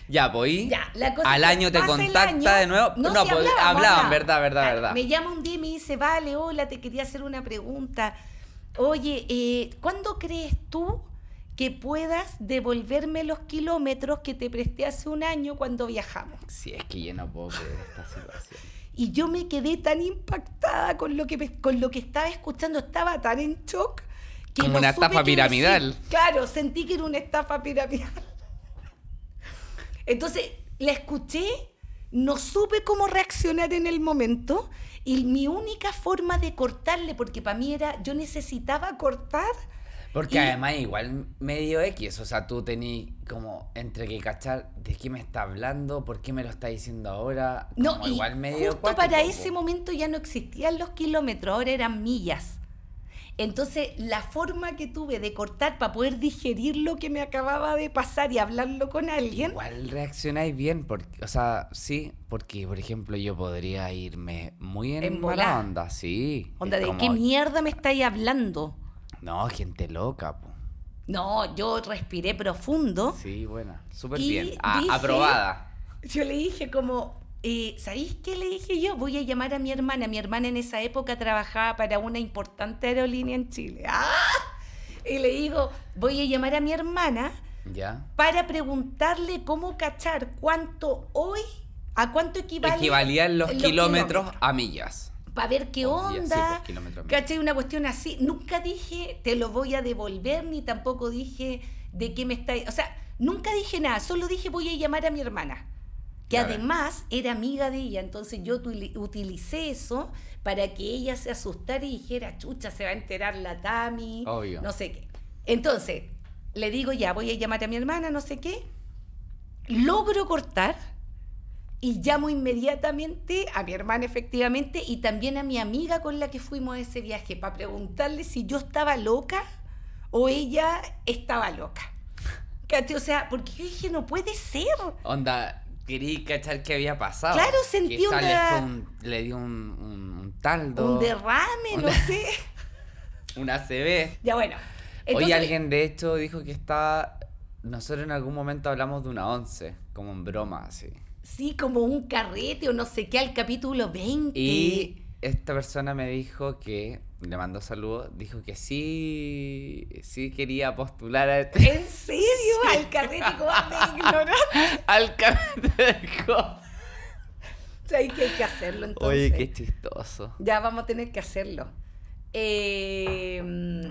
S7: Ya, voy.
S6: Ya, la cosa
S7: Al
S6: es que
S7: año te
S6: pasa el
S7: contacta
S6: año,
S7: de nuevo.
S6: No, sí,
S7: pues,
S6: hablábamos,
S7: hablaban,
S6: hablábamos.
S7: verdad, verdad,
S6: Claro,
S7: verdad.
S6: Me llama un día y me dice, vale, hola, te quería hacer una pregunta. Oye, eh, ¿cuándo crees tú que puedas devolverme los kilómetros que te presté hace un año cuando viajamos?
S7: Si es que yo no puedo creer esta situación.
S6: Y yo me quedé tan impactada con lo que, me- con lo que estaba escuchando, estaba tan en shock. Que
S7: Como
S6: no
S7: una
S6: supe
S7: estafa
S6: qué decir.
S7: piramidal.
S6: Claro, sentí que era una estafa piramidal. Entonces, la escuché, no supe cómo reaccionar en el momento y mi única forma de cortarle, porque para mí era, yo necesitaba cortar,
S7: Porque
S6: Y-
S7: además igual medio X, o sea, tú tení como entre que cachar de qué me está hablando, por qué me lo está diciendo ahora,
S6: no,
S7: como
S6: y
S7: igual medio
S6: justo para
S7: cuático,
S6: ese
S7: po.
S6: momento ya no existían los kilómetros, ahora eran millas. Entonces, la forma que tuve de cortar para poder digerir lo que me acababa de pasar y hablarlo con alguien,
S7: Igual reaccionáis bien, porque, o sea, sí, porque por ejemplo yo podría irme muy en,
S6: En
S7: mala
S6: volá.
S7: onda, sí.
S6: onda
S7: Es
S6: de
S7: como,
S6: qué mierda me estáis hablando.
S7: No, gente loca, po.
S6: No, yo respiré profundo.
S7: Sí, buena. Súper
S6: Y
S7: bien. Ah,
S6: dije-
S7: aprobada.
S6: Yo le dije como, eh, ¿sabéis qué le dije yo? Voy a llamar a mi hermana. Mi hermana en esa época trabajaba para una importante aerolínea en Chile. ¡Ah! Y le digo, voy a llamar a mi hermana
S7: ¿Ya?
S6: para preguntarle cómo cachar cuánto hoy, a cuánto equivale...
S7: Equivalían los,
S6: los
S7: kilómetros,
S6: kilómetros.
S7: a millas.
S6: Para ver qué
S7: Oh, ya, sí,
S6: onda.
S7: pues, kilómetros mil.
S6: ¿Cachai? Una cuestión así. Nunca dije, te lo voy a devolver, ni tampoco dije de qué me está. O sea, nunca dije nada, solo dije, voy a llamar a mi hermana. Que
S7: Claro.
S6: además era amiga de ella, entonces yo tuli- utilicé eso para que ella se asustara y dijera, chucha, se va a enterar la Tami,
S7: Obvio.
S6: no sé qué. Entonces, le digo, ya, voy a llamar a mi hermana, no sé qué. Logro cortar y llamo inmediatamente a mi hermana efectivamente y también a mi amiga con la que fuimos a ese viaje para preguntarle si yo estaba loca o ella estaba loca. ¿Cachai? O sea, porque yo dije, no puede ser.
S7: Onda, quería cachar qué había pasado.
S6: Claro, sentí
S7: Quizá le
S6: una-
S7: fue un- Le, dio un, un- un taldo.
S6: Un derrame, no
S7: Una-
S6: sé.
S7: Un ACV.
S6: Ya bueno.
S7: Hoy
S6: Entonces-
S7: alguien de hecho dijo que está. Nosotros en algún momento hablamos de una once, como en broma, así.
S6: Sí, como un carrete o no sé qué al capítulo 20.
S7: Y esta persona me dijo que, le mandó saludos, dijo que sí, sí quería postular a este-
S6: ¿En serio? Al carrete como de ignorar.
S7: al carnet del co-
S6: O sea, hay que, hay que hacerlo entonces.
S7: Oye, qué chistoso.
S6: Ya vamos a tener que hacerlo. Eh,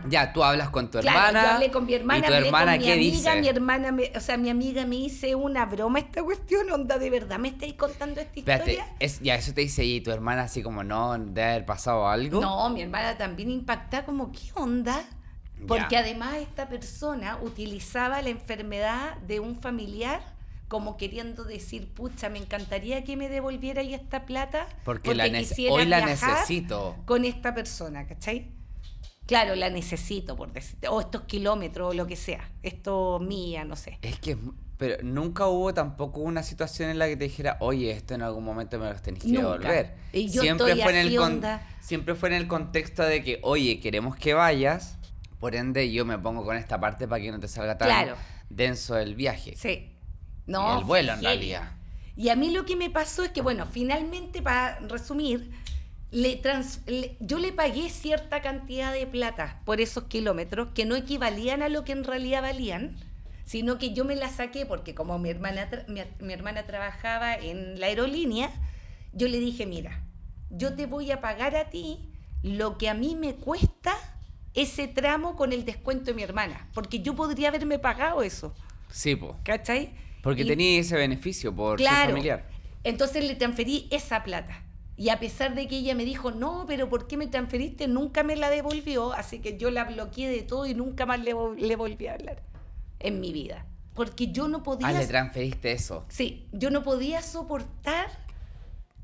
S7: Ya, tú hablas con tu
S6: Claro,
S7: hermana.
S6: yo hablé con mi hermana,
S7: ¿Y tu
S6: hablé
S7: hermana
S6: con mi
S7: qué
S6: amiga,
S7: dice?
S6: mi hermana, me- o sea, mi amiga me hice una broma esta cuestión, onda, de verdad, ¿me estáis contando esta
S7: Espérate,
S6: historia?
S7: es- ya eso te dice, y tu hermana así como no, debe haber pasado algo.
S6: No, mi hermana también impactada, como, ¿qué onda? Porque
S7: Ya.
S6: además esta persona utilizaba la enfermedad de un familiar como queriendo decir, pucha, me encantaría que me devolviera ahí esta plata
S7: Porque, la nece-
S6: quisiera
S7: hoy la
S6: viajar
S7: necesito.
S6: con esta persona, ¿cachai? Claro, la necesito, por decir, o estos kilómetros, o lo que sea, esto mía, no sé.
S7: Es que, es mu- pero nunca hubo tampoco una situación en la que te dijera, oye, esto en algún momento me lo tenés que
S6: Nunca.
S7: devolver.
S6: Y yo estoy
S7: en
S6: así,
S7: el
S6: onda.
S7: siempre fue en el contexto de que, oye, queremos que vayas, por ende yo me pongo con esta parte para que no te salga tan
S6: Claro.
S7: denso el viaje.
S6: Sí.
S7: y el vuelo en
S6: heavy.
S7: realidad.
S6: Y a mí lo que me pasó es que, bueno, finalmente, para resumir, le trans- le- yo le pagué cierta cantidad de plata por esos kilómetros que no equivalían a lo que en realidad valían, sino que yo me la saqué porque como mi hermana, tra- mi, mi hermana trabajaba en la aerolínea, yo le dije, mira, yo te voy a pagar a ti lo que a mí me cuesta ese tramo con el descuento de mi hermana, porque yo podría haberme pagado eso,
S7: Sí, po.
S6: ¿cachai?
S7: Porque
S6: Y-
S7: tenía ese beneficio por ser familiar.
S6: entonces le transferí esa plata. Y a pesar de que ella me dijo, no, pero ¿por qué me transferiste? Nunca me la devolvió, así que yo la bloqueé de todo y nunca más le, vol- le volví a hablar en mi vida. Porque yo no podía...
S7: Ah, le transferiste eso.
S6: Sí, yo no podía soportar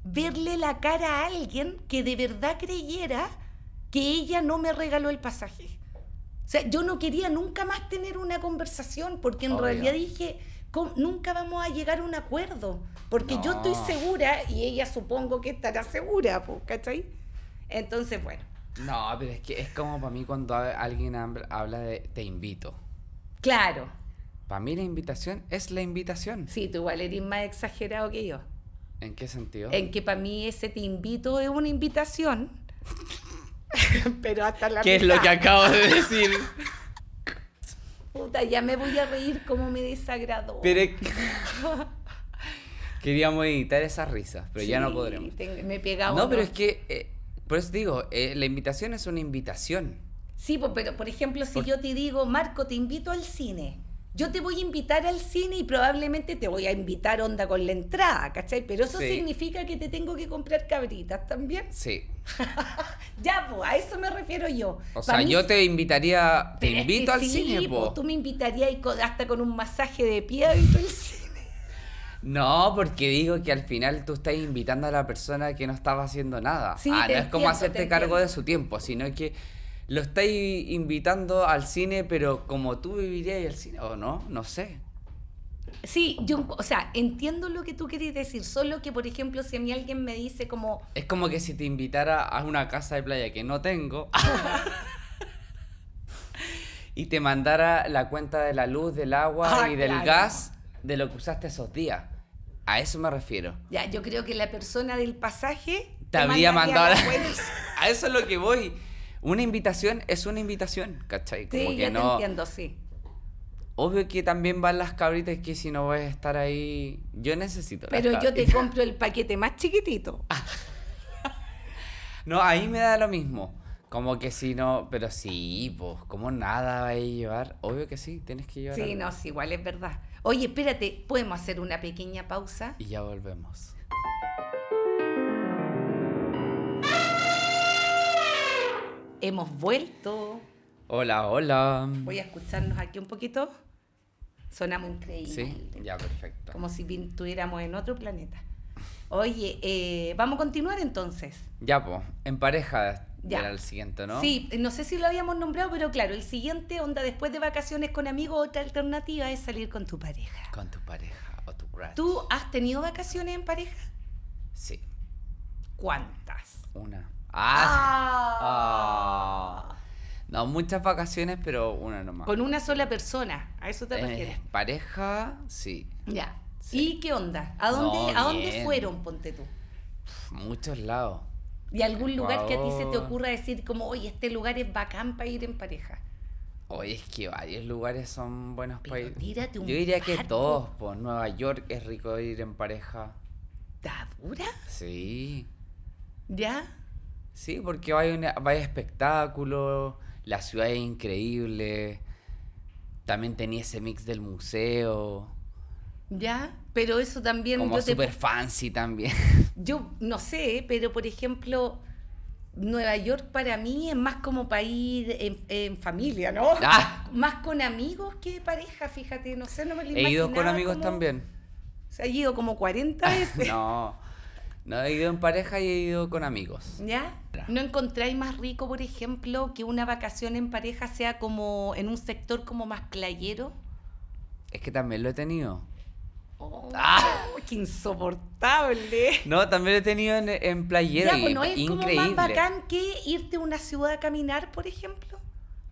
S6: verle la cara a alguien que de verdad creyera que ella no me regaló el pasaje. O sea, yo no quería nunca más tener una conversación porque en
S7: Obvio.
S6: realidad dije, "Com- nunca vamos a llegar a un acuerdo, porque yo estoy
S7: No.
S6: segura y ella supongo que estará segura, po, ¿cachai? Entonces, bueno,
S7: No, pero es que es como para mí cuando a- alguien hab- habla de te invito.
S6: claro,
S7: Para mí la invitación es la invitación.
S6: sí, tú igual eres más exagerado que yo.
S7: ¿En qué sentido?
S6: En que para mí ese te invito es una invitación. Pero hasta la
S7: ¿Qué es lo que
S6: mitad.
S7: acabo de decir?
S6: Puta, ya me voy a reír como me desagradó.
S7: Pero es que- queríamos editar esas risas, pero ya no
S6: Sí,
S7: podremos.
S6: tengo- me pegaba
S7: No,
S6: uno.
S7: pero es que eh, por eso te digo, eh, la invitación es una invitación.
S6: Sí, po, pero por ejemplo, si
S7: Por-
S6: yo te digo, Marco, te invito al cine. Yo te voy a invitar al cine y probablemente te voy a invitar onda con la entrada, ¿cachai? Pero eso
S7: Sí.
S6: significa que te tengo que comprar cabritas también.
S7: Sí.
S6: Ya, pues, a eso me refiero yo.
S7: O
S6: Pa'
S7: sea,
S6: mí
S7: yo te invitaría, te
S6: Pero es que
S7: invito al
S6: sí,
S7: cine,
S6: po,
S7: po.
S6: Tú me invitarías y co- hasta con un masaje de pie y todo el cine.
S7: No, porque digo que al final tú estás invitando a la persona que no estaba haciendo nada.
S6: Sí,
S7: ah,
S6: te
S7: no es como
S6: entiendo, te
S7: hacerte cargo
S6: entiendo.
S7: de su tiempo, sino que Lo estáis invitando al cine, pero como tú vivirías el cine, o no, no sé.
S6: Sí, yo, o sea, entiendo lo que tú querés decir, solo que, por ejemplo, si a mí alguien me dice como,
S7: Es como que si te invitara a una casa de playa que no tengo y te mandara la cuenta de la luz, del agua
S6: Ah,
S7: y del
S6: claro.
S7: gas de lo que usaste esos días. A eso me refiero.
S6: ya, yo creo que la persona del pasaje...
S7: Te, habría mandado
S6: mandaría la
S7: la-
S6: cuenta.
S7: a eso es lo que voy. Una invitación es una invitación, ¿cachai? Como
S6: Sí,
S7: que
S6: ya te
S7: no.
S6: entiendo, sí.
S7: Obvio que también van las cabritas que si no voy a estar ahí. Yo necesito. las
S6: Pero yo te
S7: cabritas.
S6: compro el paquete más chiquitito.
S7: Ah, No, ahí me da lo mismo. Como que si no, pero sí, pues, como nada va a llevar. Obvio que sí, tienes que llevar.
S6: Sí,
S7: algo.
S6: no, sí, igual es verdad. Oye, espérate, ¿podemos hacer una pequeña pausa?
S7: Y ya volvemos.
S6: Hemos vuelto.
S7: Hola, hola.
S6: Voy a escucharnos aquí un poquito. Sonamos increíble.
S7: Sí, ya perfecto.
S6: Como si vin- estuviéramos en otro planeta. Oye, eh, vamos a continuar entonces.
S7: Ya, pues, en pareja
S6: Ya.
S7: era el siguiente, ¿no?
S6: Sí, no sé si lo habíamos nombrado, pero claro, el siguiente, onda, después de vacaciones con amigos, otra alternativa es salir con tu pareja.
S7: Con tu pareja o tu crush.
S6: ¿Tú has tenido vacaciones en pareja?
S7: Sí,
S6: ¿Cuántas?
S7: una. Ah. Ah. No, muchas vacaciones, pero una nomás.
S6: Con una sola persona, a eso te
S7: Ah. Eh,
S6: refieres.
S7: pareja, sí.
S6: Ya.
S7: Sí.
S6: ¿Y qué onda? ¿A dónde,
S7: No,
S6: ¿a dónde
S7: bien.
S6: fueron, ponte tú?
S7: Pf, Muchos lados.
S6: ¿Y algún lugar que a ti se te
S7: Ecuador.
S6: ocurra decir como, oye, este lugar es bacán para ir en pareja?
S7: Oye, es que varios lugares son buenos
S6: Pero
S7: países.
S6: tírate un
S7: Yo diría que
S6: par, po.
S7: todos, pues Nueva York es rico ir en pareja.
S6: ¿Está dura?
S7: Sí.
S6: ¿Ya?
S7: Sí, porque hay, una, hay espectáculo, la ciudad es increíble. También tenía ese mix del museo,
S6: ¿Ya? Pero eso también
S7: como
S6: yo te-
S7: super fancy también.
S6: Yo no sé, pero por ejemplo, Nueva York para mí es más como para ir en, en familia, ¿no?
S7: Ah.
S6: Más con amigos que pareja, fíjate, no sé, no me lo
S7: He ido con
S6: imaginaba
S7: amigos
S6: como-
S7: también.
S6: Se ha ido como 40 veces.
S7: No, no he ido en pareja y he ido con amigos.
S6: ¿Ya? ¿No encontráis más rico, por ejemplo, que una vacación en pareja sea como en un sector como más playero?
S7: Es que también lo he tenido.
S6: Oh,
S7: Ah.
S6: ¡Qué insoportable!
S7: No, también lo he tenido en, en playero.
S6: Ya,
S7: y
S6: pues no es como
S7: increíble.
S6: más bacán que irte a una ciudad a caminar, por ejemplo.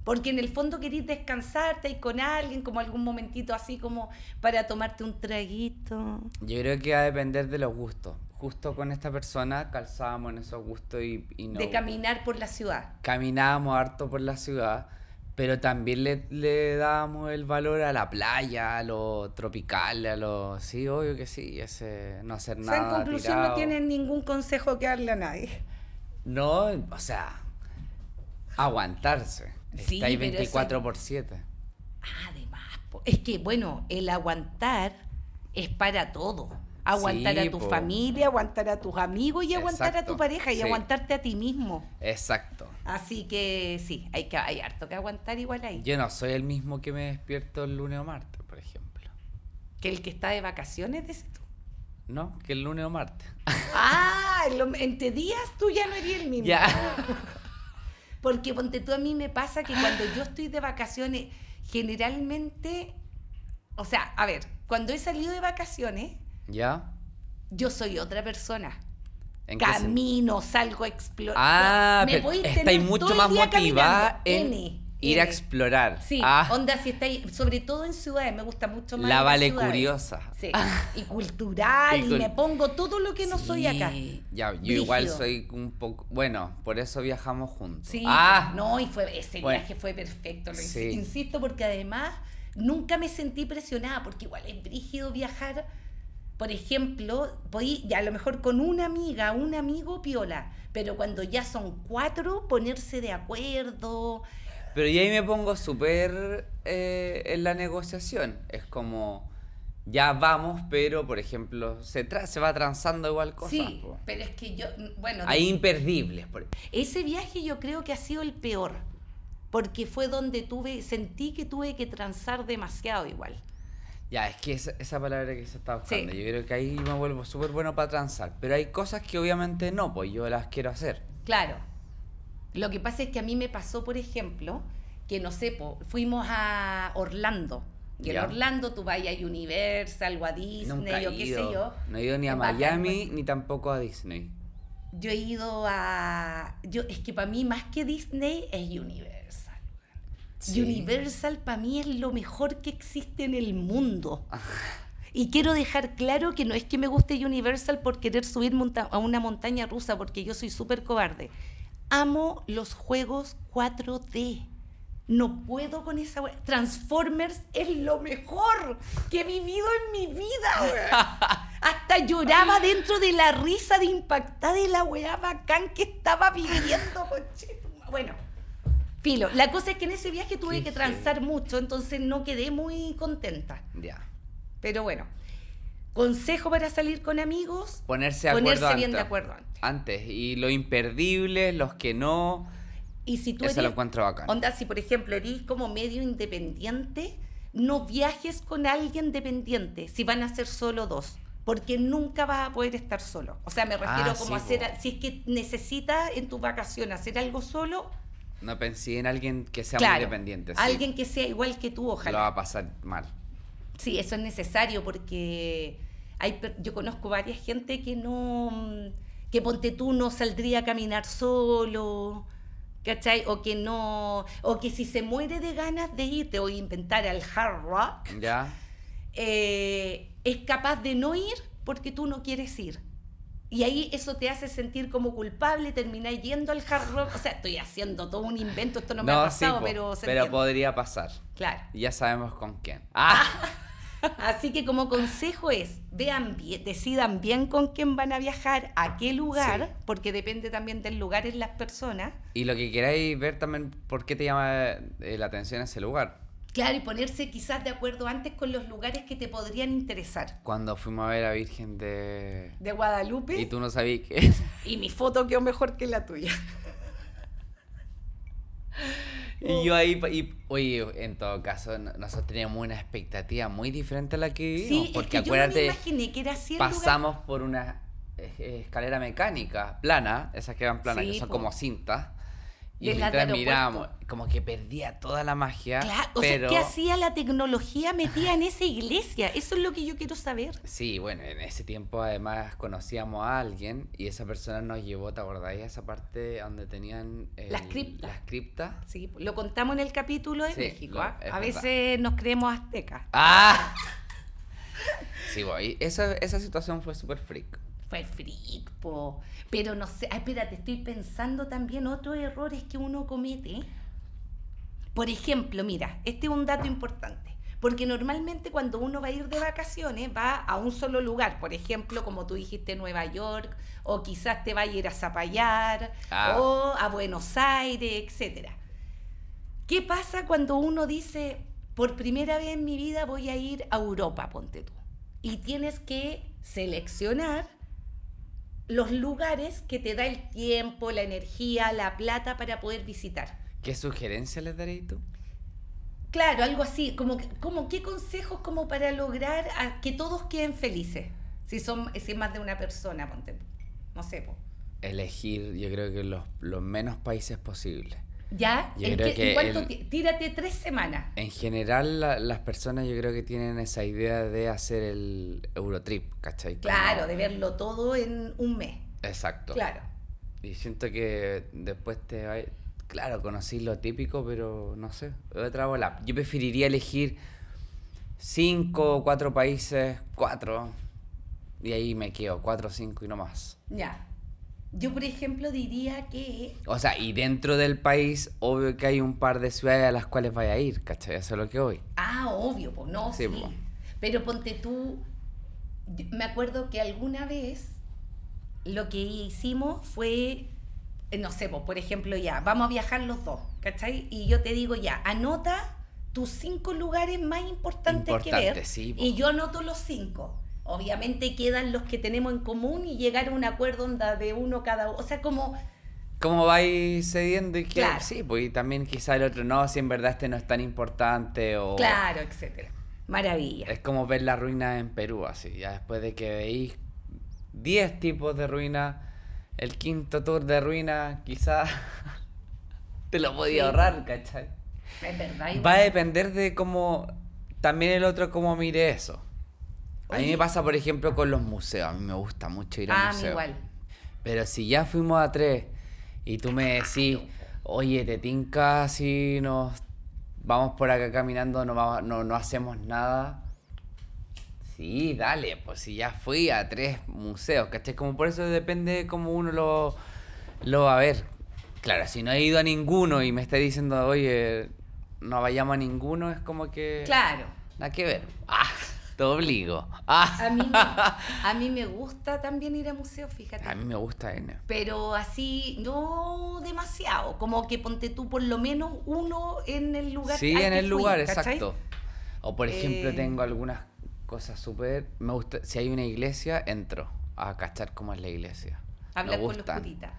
S6: Porque en el fondo querís descansarte y con alguien, como algún momentito así como para tomarte un traguito.
S7: Yo creo que va a depender de los gustos. Justo con esta persona calzábamos en esos gustos y, y no.
S6: De caminar por la ciudad.
S7: Caminábamos harto por la ciudad, pero también le, le dábamos el valor a la playa, a lo tropical, a lo. Sí, obvio que sí, ese no hacer
S6: O
S7: nada.
S6: sea, en conclusión no
S7: tirado.
S6: tienen ningún consejo que darle a nadie.
S7: No, o sea, aguantarse.
S6: Sí,
S7: Está ahí
S6: pero eso-
S7: 24 por 7.
S6: Además, po, es que bueno, el aguantar es para todo. Aguantar
S7: Sí,
S6: a tu
S7: po.
S6: familia, aguantar a tus amigos y aguantar a tu
S7: Exacto,
S6: pareja y
S7: sí.
S6: aguantarte a ti mismo.
S7: Exacto.
S6: Así que sí, hay que hay harto que aguantar igual ahí.
S7: Yo no soy el mismo que me despierto el lunes o martes, por ejemplo.
S6: Que el que está de vacaciones, dices tú.
S7: ¿No? Que el lunes o martes.
S6: Ah, en lo- entre días tú ya no eres el mismo.
S7: Ya.
S6: Porque ponte tú a mí me pasa que cuando yo estoy de vacaciones, generalmente, o sea, a ver, cuando he salido de vacaciones,
S7: ¿Ya?
S6: yo soy otra persona.
S7: ¿En qué sen-
S6: camino, salgo a explorar.
S7: Ah,
S6: Me
S7: pero
S6: voy a
S7: estáis
S6: tener todo
S7: mucho
S6: el
S7: más
S6: día caminando.
S7: motivada en
S6: N,
S7: ir a
S6: N.
S7: explorar.
S6: Sí,
S7: Ah,
S6: onda si estáis, sobre todo en ciudades, me gusta mucho más.
S7: La
S6: ir a
S7: vale
S6: ciudades.
S7: curiosa. Ah.
S6: Sí, y cultural,
S7: Y
S6: y,
S7: cul-
S6: me pongo todo lo que no soy acá.
S7: sí. Ya, yo igual
S6: Brígido.
S7: soy un poco. Bueno, por eso viajamos juntos.
S6: Sí,
S7: ah,
S6: no, y fue, ese
S7: Bueno.
S6: viaje fue perfecto, lo insi-
S7: Sí.
S6: insisto, porque además nunca me sentí presionada, porque igual es brígido viajar, por ejemplo, podí, ya a lo mejor con una amiga, un amigo piola, pero cuando ya son cuatro, ponerse de acuerdo,
S7: Pero yo ahí me pongo súper eh, en la negociación. Es como. Ya vamos, pero por ejemplo, se, tra- se va transando igual cosas.
S6: sí,
S7: po.
S6: pero es que yo, bueno,
S7: Hay imperdibles. por-
S6: Ese viaje yo creo que ha sido el peor, porque fue donde tuve, sentí que tuve que transar demasiado igual.
S7: Ya, es que esa, esa palabra que se está
S6: Sí.
S7: buscando, yo creo que ahí me vuelvo súper bueno para transar. Pero hay cosas que obviamente no, pues yo las quiero hacer.
S6: Claro. Lo que pasa es que a mí me pasó, por ejemplo, que no sé, po, fuimos a Orlando. Y en
S7: Ya.
S6: Orlando tú vas a Universal o a
S7: Nunca
S6: Disney
S7: he
S6: o qué sé
S7: ido.
S6: yo.
S7: No he ido ni a
S6: Es bacán,
S7: Miami
S6: pues.
S7: ni tampoco a Disney.
S6: Yo he ido a. Yo, es que para mí, más que Disney, es Universal.
S7: Sí.
S6: Universal para mí es lo mejor que existe en el mundo. Y quiero dejar claro que no es que me guste Universal por querer subir monta- a una montaña rusa, porque yo soy súper cobarde. Amo los juegos 4D. No puedo con esa wea. Transformers es lo mejor que he vivido en mi vida, wea. Hasta lloraba dentro de la risa de impactada de la weá bacán que estaba viviendo, conchetum- Bueno, filo. La cosa es que en ese viaje tuve
S7: Qué
S6: que transar mucho, entonces no quedé muy contenta.
S7: Ya.
S6: Pero bueno, consejo para salir con amigos.
S7: Ponerse de acuerdo
S6: Ponerse
S7: antes.
S6: bien de acuerdo antes.
S7: Antes. Y los imperdibles, los que no.
S6: Y si tú
S7: Eso lo
S6: eres-
S7: encuentro bacán.
S6: Onda, si por ejemplo eres como medio independiente, no viajes con alguien dependiente, si van a ser solo dos, porque nunca vas a poder estar solo. O sea, me refiero
S7: Ah,
S6: como
S7: sí,
S6: hacer,
S7: po.
S6: a- si es que necesitas en tu vacación hacer algo solo,
S7: No pensé en alguien que sea muy
S6: claro,
S7: dependiente. sí.
S6: alguien que sea igual que tú, ojalá.
S7: Lo va a pasar mal.
S6: Sí, eso es necesario porque hay, per- yo conozco varias gente que no, mm, que ponte tú no saldría a caminar solo, ¿cachai? O que no, o que si se muere de ganas de irte o inventar al hard rock,
S7: ¿Ya?
S6: eh, es capaz de no ir porque tú no quieres ir. Y ahí eso te hace sentir como culpable, termináis yendo al hard rock. O sea, estoy haciendo todo un invento, esto no me ha
S7: sí,
S6: pasado,
S7: po,
S6: pero se
S7: pero
S6: entiende.
S7: podría pasar.
S6: Claro.
S7: Y Ya sabemos con quién. ¡Ah!
S6: Así que como consejo es, vean bien, decidan bien con quién van a viajar, a qué lugar,
S7: Sí.
S6: porque depende también del lugar en las personas.
S7: Y lo que queráis ver también, ¿por qué te llama eh, la atención ese lugar?
S6: Claro, y ponerse quizás de acuerdo antes con los lugares que te podrían interesar.
S7: Cuando fuimos a ver a Virgen de...
S6: De Guadalupe.
S7: Y tú no sabías que...
S6: Y mi foto quedó mejor que la tuya.
S7: y yo ahí... pa- Y, oye, en todo caso, no- nosotros teníamos una expectativa muy diferente a la que vivimos.
S6: Sí,
S7: porque
S6: es que
S7: acuérdate,
S6: yo no me imaginé que era así el lugar.
S7: pasamos por una eh, eh, escalera mecánica plana, esas que van planas,
S6: Sí,
S7: que son
S6: po.
S7: como cintas. Y
S6: De las de
S7: mientras
S6: aeropuerto.
S7: mirábamos, como que perdía toda la magia.
S6: Claro, o sea,
S7: pero...
S6: ¿qué hacía la tecnología metida en esa iglesia? Eso es lo que yo quiero saber.
S7: Sí, bueno, en ese tiempo además conocíamos a alguien y esa persona nos llevó, ¿te acordáis? A esa parte donde tenían... el-
S6: Las criptas.
S7: Las criptas.
S6: Sí, lo contamos en el capítulo de
S7: Sí,
S6: México.
S7: lo-
S6: ¿ah?
S7: es
S6: A
S7: verdad.
S6: veces nos creemos aztecas.
S7: ¡Ah! Sí, voy. Esa, esa situación fue súper freak.
S6: Fue freak, po. Pero no sé, ay, espérate, estoy pensando también otros errores que uno comete. Por ejemplo, mira, este es un dato importante. Porque normalmente cuando uno va a ir de vacaciones va a un solo lugar, por ejemplo, como tú dijiste, Nueva York, o quizás te va a ir a Zapallar,
S7: Ah.
S6: o a Buenos Aires, etcétera. ¿Qué pasa cuando uno dice, por primera vez en mi vida voy a ir a Europa, ponte tú? Y tienes que seleccionar los lugares que te da el tiempo, la energía, la plata para poder visitar.
S7: ¿Qué sugerencia les daréis tú?
S6: Claro, algo así, como, que- como qué consejos como para lograr a- que todos queden felices, si son si es más de una persona, ponte tú. No sé, po.
S7: Elegir, yo creo que los, los menos países posibles.
S6: ¿Ya?
S7: Yo
S6: ¿En
S7: creo
S6: qué-
S7: que
S6: en cuánto
S7: el-
S6: ti- Tírate tres semanas.
S7: En general, la- las personas yo creo que tienen esa idea de hacer el Eurotrip, ¿cachai? Como-
S6: Claro, de verlo todo en un mes.
S7: Exacto.
S6: Claro.
S7: Y siento que después te va... Claro, conocí lo típico, pero no sé, otra bola. Yo preferiría elegir cinco o cuatro países, cuatro, y ahí me quedo, cuatro o cinco y no más.
S6: Ya. Yo, por ejemplo, diría que.
S7: O sea, y dentro del país, obvio que hay un par de ciudades a las cuales vaya a ir, ¿cachai? Eso es lo que voy.
S6: Ah, obvio, pues no,
S7: Sí,
S6: sí.
S7: po.
S6: Pero ponte tú. yo- Me acuerdo que alguna vez lo que hicimos fue. eh, No sé, po, por ejemplo, ya, vamos a viajar los dos, ¿cachai? Y yo te digo ya, anota tus cinco lugares más importantes que ver.
S7: Importantes, sí, po.
S6: y yo anoto los cinco. Obviamente quedan los que tenemos en común y llegar a un acuerdo onda de uno cada uno. O sea, como
S7: ¿Cómo vais cediendo y qué?
S6: Claro.
S7: Sí, pues y también quizá el otro no, si en verdad este no es tan importante o...
S6: Claro, etcétera. Maravilla.
S7: Es como ver las ruinas en Perú, así. Ya después de que veis 10 tipos de ruinas, el quinto tour de ruinas, quizás. te lo podía ahorrar, ¿cachai?
S6: Es verdad. igual.
S7: Va a depender de cómo también el otro cómo mire eso. A mí me pasa, por ejemplo, con los museos. A mí me gusta mucho ir a
S6: Ah, a mí
S7: museos.
S6: igual.
S7: Pero si ya fuimos a tres y tú me decís, oye, te tinca si nos vamos por acá caminando, no, vamos- no, no hacemos nada. Sí, dale, pues si ya fui a tres museos, ¿cachai? Como por eso depende de cómo uno lo, lo va a ver. Claro, si no he ido a ninguno y me está diciendo, oye, no vayamos a ninguno, es como que...
S6: Claro.
S7: Nada que ver. Ah, te obligo. Ah.
S6: A mí, me, a mí me gusta también ir a museos, fíjate.
S7: A mí me gusta N.
S6: Pero así, no demasiado. Como que ponte tú por lo menos uno en el lugar.
S7: Sí,
S6: al
S7: en
S6: que
S7: el
S6: fui,
S7: lugar,
S6: ¿cachai?
S7: exacto. O por ejemplo,
S6: Eh.
S7: tengo algunas cosas súper. Me gusta. Si hay una iglesia, entro a cachar cómo es la iglesia. Me
S6: Hablar con los
S7: gustan.
S6: curitas.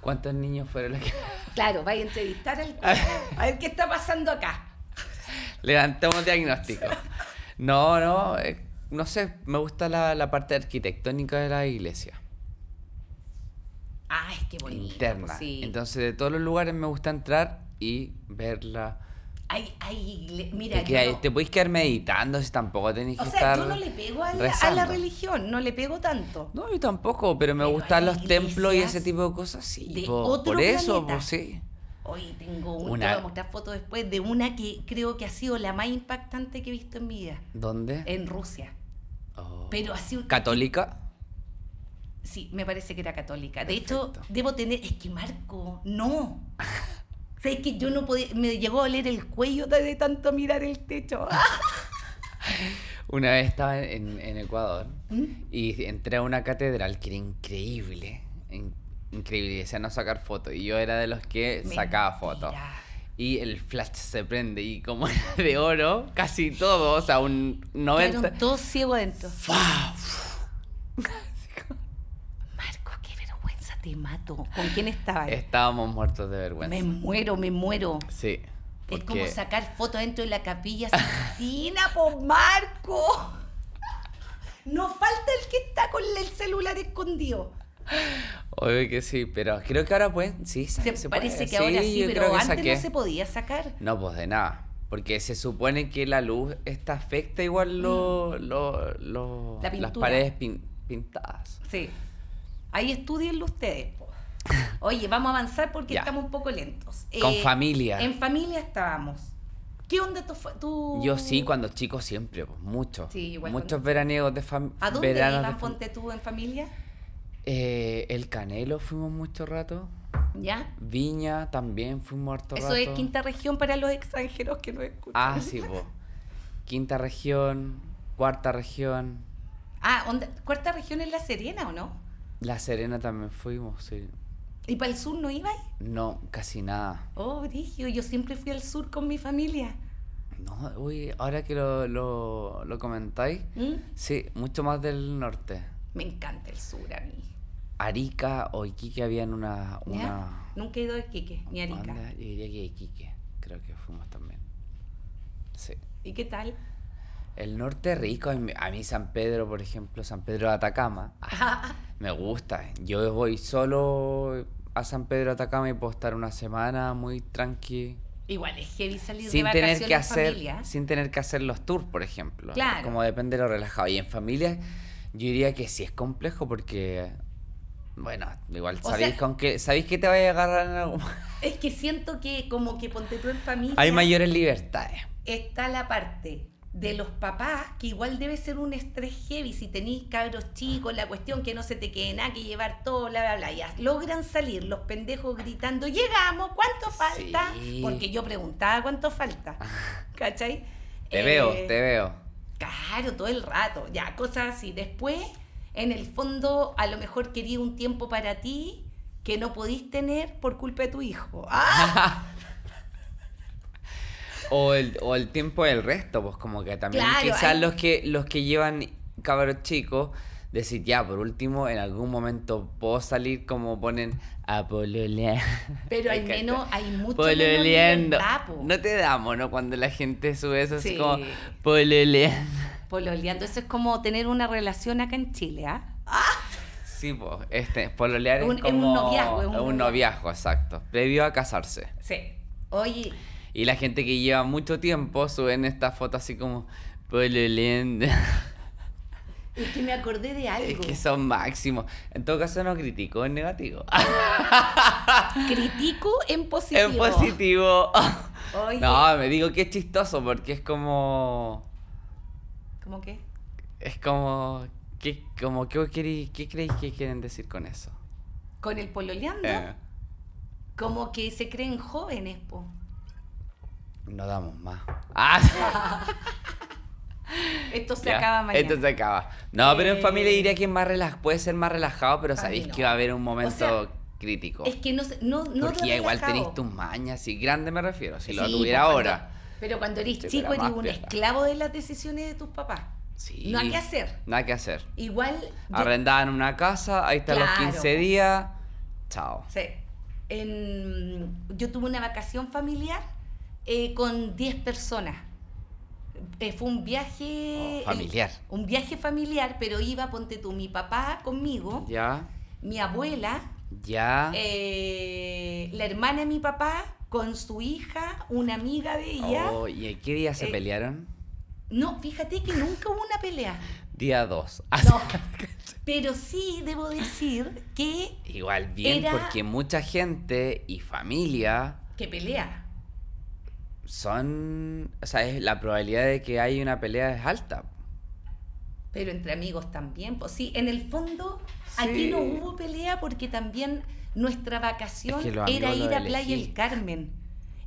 S7: ¿Cuántos niños fueron los que.?
S6: Claro, vais a entrevistar al cura. A ver qué está pasando acá.
S7: Levantemos diagnóstico. No, no. eh, no sé, me gusta la, la parte arquitectónica de la iglesia.
S6: Ay, qué bonito.
S7: interna.
S6: pues sí.
S7: Entonces, de todos los lugares me gusta entrar y verla.
S6: Ay, ay, igle- mira,
S7: Te,
S6: yo
S7: queda-
S6: no-
S7: te podéis quedar meditando si tampoco tenéis que
S6: o sea,
S7: estar.
S6: yo no le pego a la, a la
S7: rezando.
S6: religión, no le pego tanto.
S7: No, yo tampoco, pero me
S6: Pero
S7: gustan
S6: hay
S7: los templos y ese
S6: iglesias
S7: tipo de cosas, sí.
S6: de
S7: po.
S6: otro
S7: por eso,
S6: planeta.
S7: pues sí.
S6: Hoy tengo una,
S7: Una-
S6: te voy a mostrar fotos después de una que creo que ha sido la más impactante que he visto en mi vida,
S7: ¿Dónde?
S6: en Rusia.
S7: Oh.
S6: Eh, Pero así un-
S7: ¿Católica?
S6: Sí, me parece que era católica. De hecho,
S7: Perfecto.
S6: debo tener. Es que Marco, no. O sea, es que yo no podía. Me llegó a oler el cuello de tanto mirar el techo. Ah,
S7: Una vez estaba en, en Ecuador
S6: ¿Mm?
S7: y entré a una catedral que era increíble. in- increíble, y decía no sacar fotos. Y yo era de los que sacaba fotos.
S6: Mentira.
S7: Y el flash se prende y como era de oro, casi todo, o sea, un 90...
S6: Quedaron todos ciegos adentro.
S7: ¡Fua!
S6: Marco, qué vergüenza, te mato. ¿Con quién estaba? ahí?
S7: Estábamos muertos de vergüenza.
S6: Me muero, me muero.
S7: Sí.
S6: Es como
S7: porque-
S6: sacar fotos dentro de la capilla Sixtina, por Marco. No falta el que está con el celular escondido.
S7: Obvio que sí, pero creo que ahora pueden, sí, sa-
S6: Se,
S7: se puede,
S6: parece que ahora sí,
S7: yo
S6: pero
S7: creo que
S6: antes
S7: saqué.
S6: no se podía sacar.
S7: No, pues de nada, porque se supone que la luz esta afecta igual lo, lo- lo-
S6: Mm. La
S7: las
S6: pintura.
S7: paredes pin- pintadas.
S6: Sí. Ahí estudienlo ustedes. po. Oye, vamos a avanzar porque
S7: Ya.
S6: estamos un poco lentos. Eh,
S7: Con familia.
S6: En familia estábamos. ¿Qué onda tu, fa- tu-
S7: Yo sí, cuando chico siempre, pues mucho.
S6: Oh. Sí, igual
S7: muchos
S6: cuando-
S7: veraniegos de familia.
S6: ¿A dónde
S7: veranos de
S6: iban,
S7: fam-
S6: ponte tú en familia?
S7: Eh, El Canelo fuimos mucho rato.
S6: ¿Ya?
S7: Viña también fuimos harto
S6: Eso
S7: rato.
S6: es quinta región para los extranjeros que no escuchan.
S7: Ah, sí, pues. Quinta región, cuarta región.
S6: Ah, onda- cuarta región es La Serena, ¿o no?
S7: La Serena también fuimos, sí.
S6: ¿Y para el sur no ibais?
S7: No, casi nada.
S6: Oh, Brigio, yo siempre fui al sur con mi familia.
S7: No, uy, ahora que lo, lo, lo comentáis,
S6: ¿Mm?
S7: sí, mucho más del norte.
S6: Me encanta el sur a mí.
S7: Arica o Iquique habían una...
S6: ¿Ya?
S7: una
S6: Nunca he ido a Iquique, ni a Arica.
S7: banda, Yo diría que Iquique, creo que fuimos también. Sí.
S6: ¿Y qué tal?
S7: El norte rico, a mí- a mí San Pedro, por ejemplo, San Pedro de Atacama, ah, me gusta. Yo voy solo a San Pedro de Atacama y puedo estar una semana muy tranqui.
S6: Igual es heavy salir
S7: sin
S6: de vacaciones
S7: tener que
S6: en
S7: hacer
S6: familia.
S7: sin tener que hacer los tours por ejemplo
S6: Claro.
S7: como depende de lo relajado y en familia yo diría que sí es complejo porque bueno igual
S6: O
S7: sabéis
S6: sea-
S7: con que sabéis que te vais a agarrar en algún...
S6: Es que siento que como que ponte tú en familia
S7: hay mayores libertades
S6: está la parte de los papás, que igual debe ser un estrés heavy si tenéis cabros chicos, la cuestión que no se te quede nada, que llevar todo, bla, bla, bla. Ya logran salir los pendejos gritando, llegamos, ¿cuánto falta?
S7: Sí. Ah.
S6: Porque yo preguntaba cuánto falta. ¿Cachai?
S7: te
S6: Eh,
S7: veo te veo
S6: Claro, todo el rato, ya, cosas así. Después, en el fondo, a lo mejor quería un tiempo para ti que no podís tener por culpa de tu hijo. ¡Ah!
S7: o el, o el tiempo del resto pues como que también
S6: Claro,
S7: quizás
S6: hay-
S7: los que los que llevan cabros chicos decir ya por último en algún momento puedo salir como ponen a pololear
S6: Pero al
S7: Me encanta.
S6: menos hay mucho menos
S7: Pololeando.
S6: libertad, po.
S7: No te da mono cuando la gente sube eso así
S6: Sí.
S7: como pololeando.
S6: pues, Pololeando, eso es como tener una relación acá en Chile, ¿ah?
S7: Sí, pues, este, pololear
S6: Un-
S7: es
S6: es
S7: como...
S6: un noviazgo, es un
S7: un noviazgo, exacto. Previo a casarse.
S6: Sí. Oye,
S7: Y la gente que lleva mucho tiempo suben esta foto así como pololeando.
S6: es que me acordé de
S7: Es
S6: algo.
S7: que son máximos. En todo caso no critico, en negativo.
S6: Critico en positivo.
S7: En positivo.
S6: Oye.
S7: No, me digo que es chistoso porque es como...
S6: ¿Cómo qué?
S7: Es como... ¿Qué, como, ¿qué, querí- qué creéis que quieren decir con eso?
S6: Con el pololeando,
S7: Eh,
S6: como que se creen jóvenes, po.
S7: no damos más. Ah,
S6: Esto se
S7: Ya,
S6: acaba mañana.
S7: Esto se acaba. No, pero en familia
S6: Eh,
S7: diría que es más relaj- puede ser más relajado, pero
S6: mí
S7: sabéis
S6: no.
S7: que va a haber un momento
S6: sea,
S7: crítico.
S6: Es que no sé- no, no
S7: Porque ya igual
S6: relajado.
S7: tenéis tus mañas, y grande me refiero, si lo
S6: Sí,
S7: tuviera
S6: pues,
S7: ahora.
S6: cuando- Pero cuando eres
S7: Sí, pero
S6: chico eres
S7: más
S6: un
S7: piola.
S6: esclavo de las decisiones de tus papás.
S7: Sí.
S6: No hay que hacer.
S7: Nada que hacer.
S6: Igual. yo-
S7: Arrendaban una casa, ahí están
S6: Claro.
S7: los 15 días. Chao.
S6: Sí. En- yo tuve una vacación familiar eh, con 10 personas. Eh, fue un viaje.
S7: Oh, familiar.
S6: eh, un viaje familiar, pero iba, ponte tú, mi papá conmigo,
S7: Ya, Ah.
S6: mi abuela,
S7: ya.
S6: eh, la hermana de mi papá con su hija, una amiga de ella.
S7: Oh, ¿Y qué día se
S6: Eh,
S7: pelearon?
S6: No, fíjate que nunca hubo una pelea.
S7: Día 2.
S6: No. Pero sí debo decir que,
S7: Igual bien,
S6: Era-
S7: porque mucha gente y familia
S6: que pelea.
S7: son. O sea, es- la probabilidad de que haya una pelea es alta.
S6: Pero entre amigos también, pues sí, en el fondo aquí
S7: Sí.
S6: no hubo pelea porque también nuestra vacación
S7: Es que los
S6: era
S7: amigos
S6: ir
S7: lo
S6: a Playa
S7: elegí.
S6: El Carmen.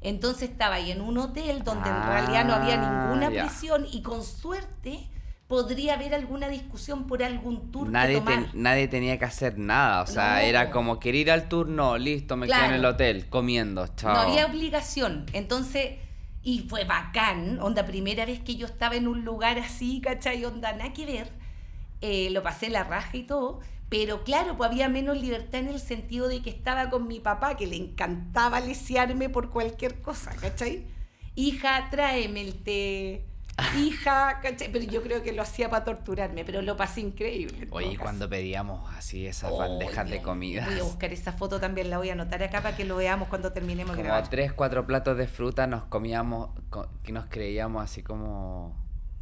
S6: Entonces estaba ahí en un hotel donde
S7: Ah,
S6: en realidad no había ninguna
S7: ya.
S6: presión y con suerte podría haber alguna discusión por algún tour que
S7: Nadie,
S6: tomar.
S7: ten- nadie tenía que hacer nada. O sea,
S6: No.
S7: era como querer ir al turno, listo, me quedo en el
S6: Claro.
S7: hotel, comiendo, chao.
S6: No había obligación. Entonces, y fue bacán, onda, primera vez que yo estaba en un lugar así, ¿cachai? Onda, nada que ver. Eh, lo pasé la raja y todo. Pero claro, pues había menos libertad en el sentido de que estaba con mi papá, que le encantaba lisiarme por cualquier cosa, ¿cachai? Hija, tráeme el té. Hija, ¿cachai? Pero yo creo que lo hacía para torturarme, pero lo pasé increíble. en todo
S7: Oye, ¿y
S6: caso.
S7: cuando pedíamos así esas
S6: Oh,
S7: bandejas de
S6: Dios.
S7: comida.
S6: Voy a buscar esa foto también, la voy a anotar acá para que lo veamos cuando terminemos de
S7: Como
S6: grabar.
S7: tres, cuatro platos de fruta nos comíamos, co- que nos creíamos así como...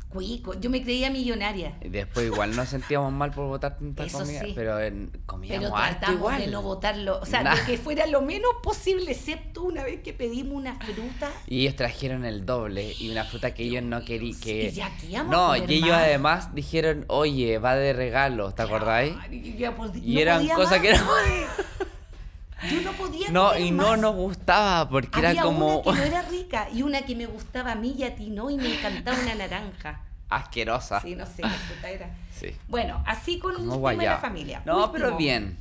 S6: Cuico, yo me creía millonaria.
S7: y Después igual nos sentíamos mal por botar tanta
S6: Eso
S7: comida,
S6: sí.
S7: pero en-
S6: Pero
S7: comíamos harto
S6: tratamos
S7: igual.
S6: de no botarlo. O sea,
S7: Nah.
S6: de que fuera lo menos posible, excepto una vez que pedimos una fruta.
S7: Y ellos trajeron el doble y una fruta que ellos no querían
S6: sí,
S7: que...
S6: y ya que íbamos
S7: no,
S6: a
S7: y
S6: comer
S7: ellos
S6: más.
S7: además dijeron, oye, va de regalo, ¿te acordáis?
S6: Y, ya, pues,
S7: Y
S6: no
S7: eran
S6: podía
S7: cosas
S6: más,
S7: que eran-
S6: pues. Yo no podía.
S7: No,
S6: comer
S7: y no
S6: más.
S7: nos gustaba porque
S6: Había
S7: era como
S6: Una que no era rica y una que me gustaba a mí y a ti no, y me encantaba una naranja.
S7: asquerosa.
S6: Sí,
S7: Sí.
S6: no sé qué fruta era. Bueno, así con el
S7: Ah. Como
S6: tema de la
S7: guayaba.
S6: familia.
S7: No, pero
S6: Último-
S7: bien.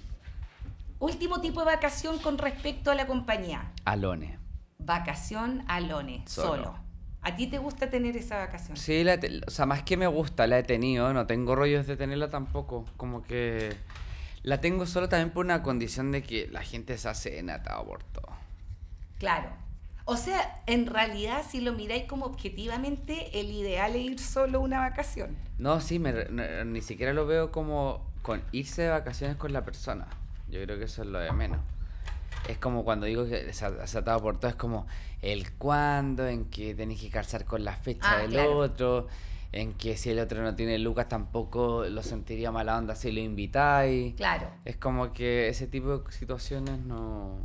S6: Último tipo de vacación con respecto a la compañía.
S7: Alone.
S6: Vacación alone,
S7: Solo.
S6: solo. ¿A ti te gusta tener esa vacación?
S7: Sí, la te- o sea, más que me gusta, la he tenido, no tengo rollos de tenerla tampoco, como que la tengo solo también por una condición de que la gente se hace en atado por todo.
S6: Claro. O sea, en realidad, si lo miráis como objetivamente, el ideal es ir solo una vacación.
S7: No, sí, me re- no- ni siquiera lo veo como con irse de vacaciones con la persona. Yo creo que eso es lo de menos. Es como cuando digo que se ha se ha atado por todo, es como el cuándo, en que tenés que calzar con la fecha
S6: Ah,
S7: del
S6: claro.
S7: otro, en que si el otro no tiene lucas tampoco lo sentiría mala onda si lo invitáis.
S6: Claro.
S7: Es como que ese tipo de situaciones no.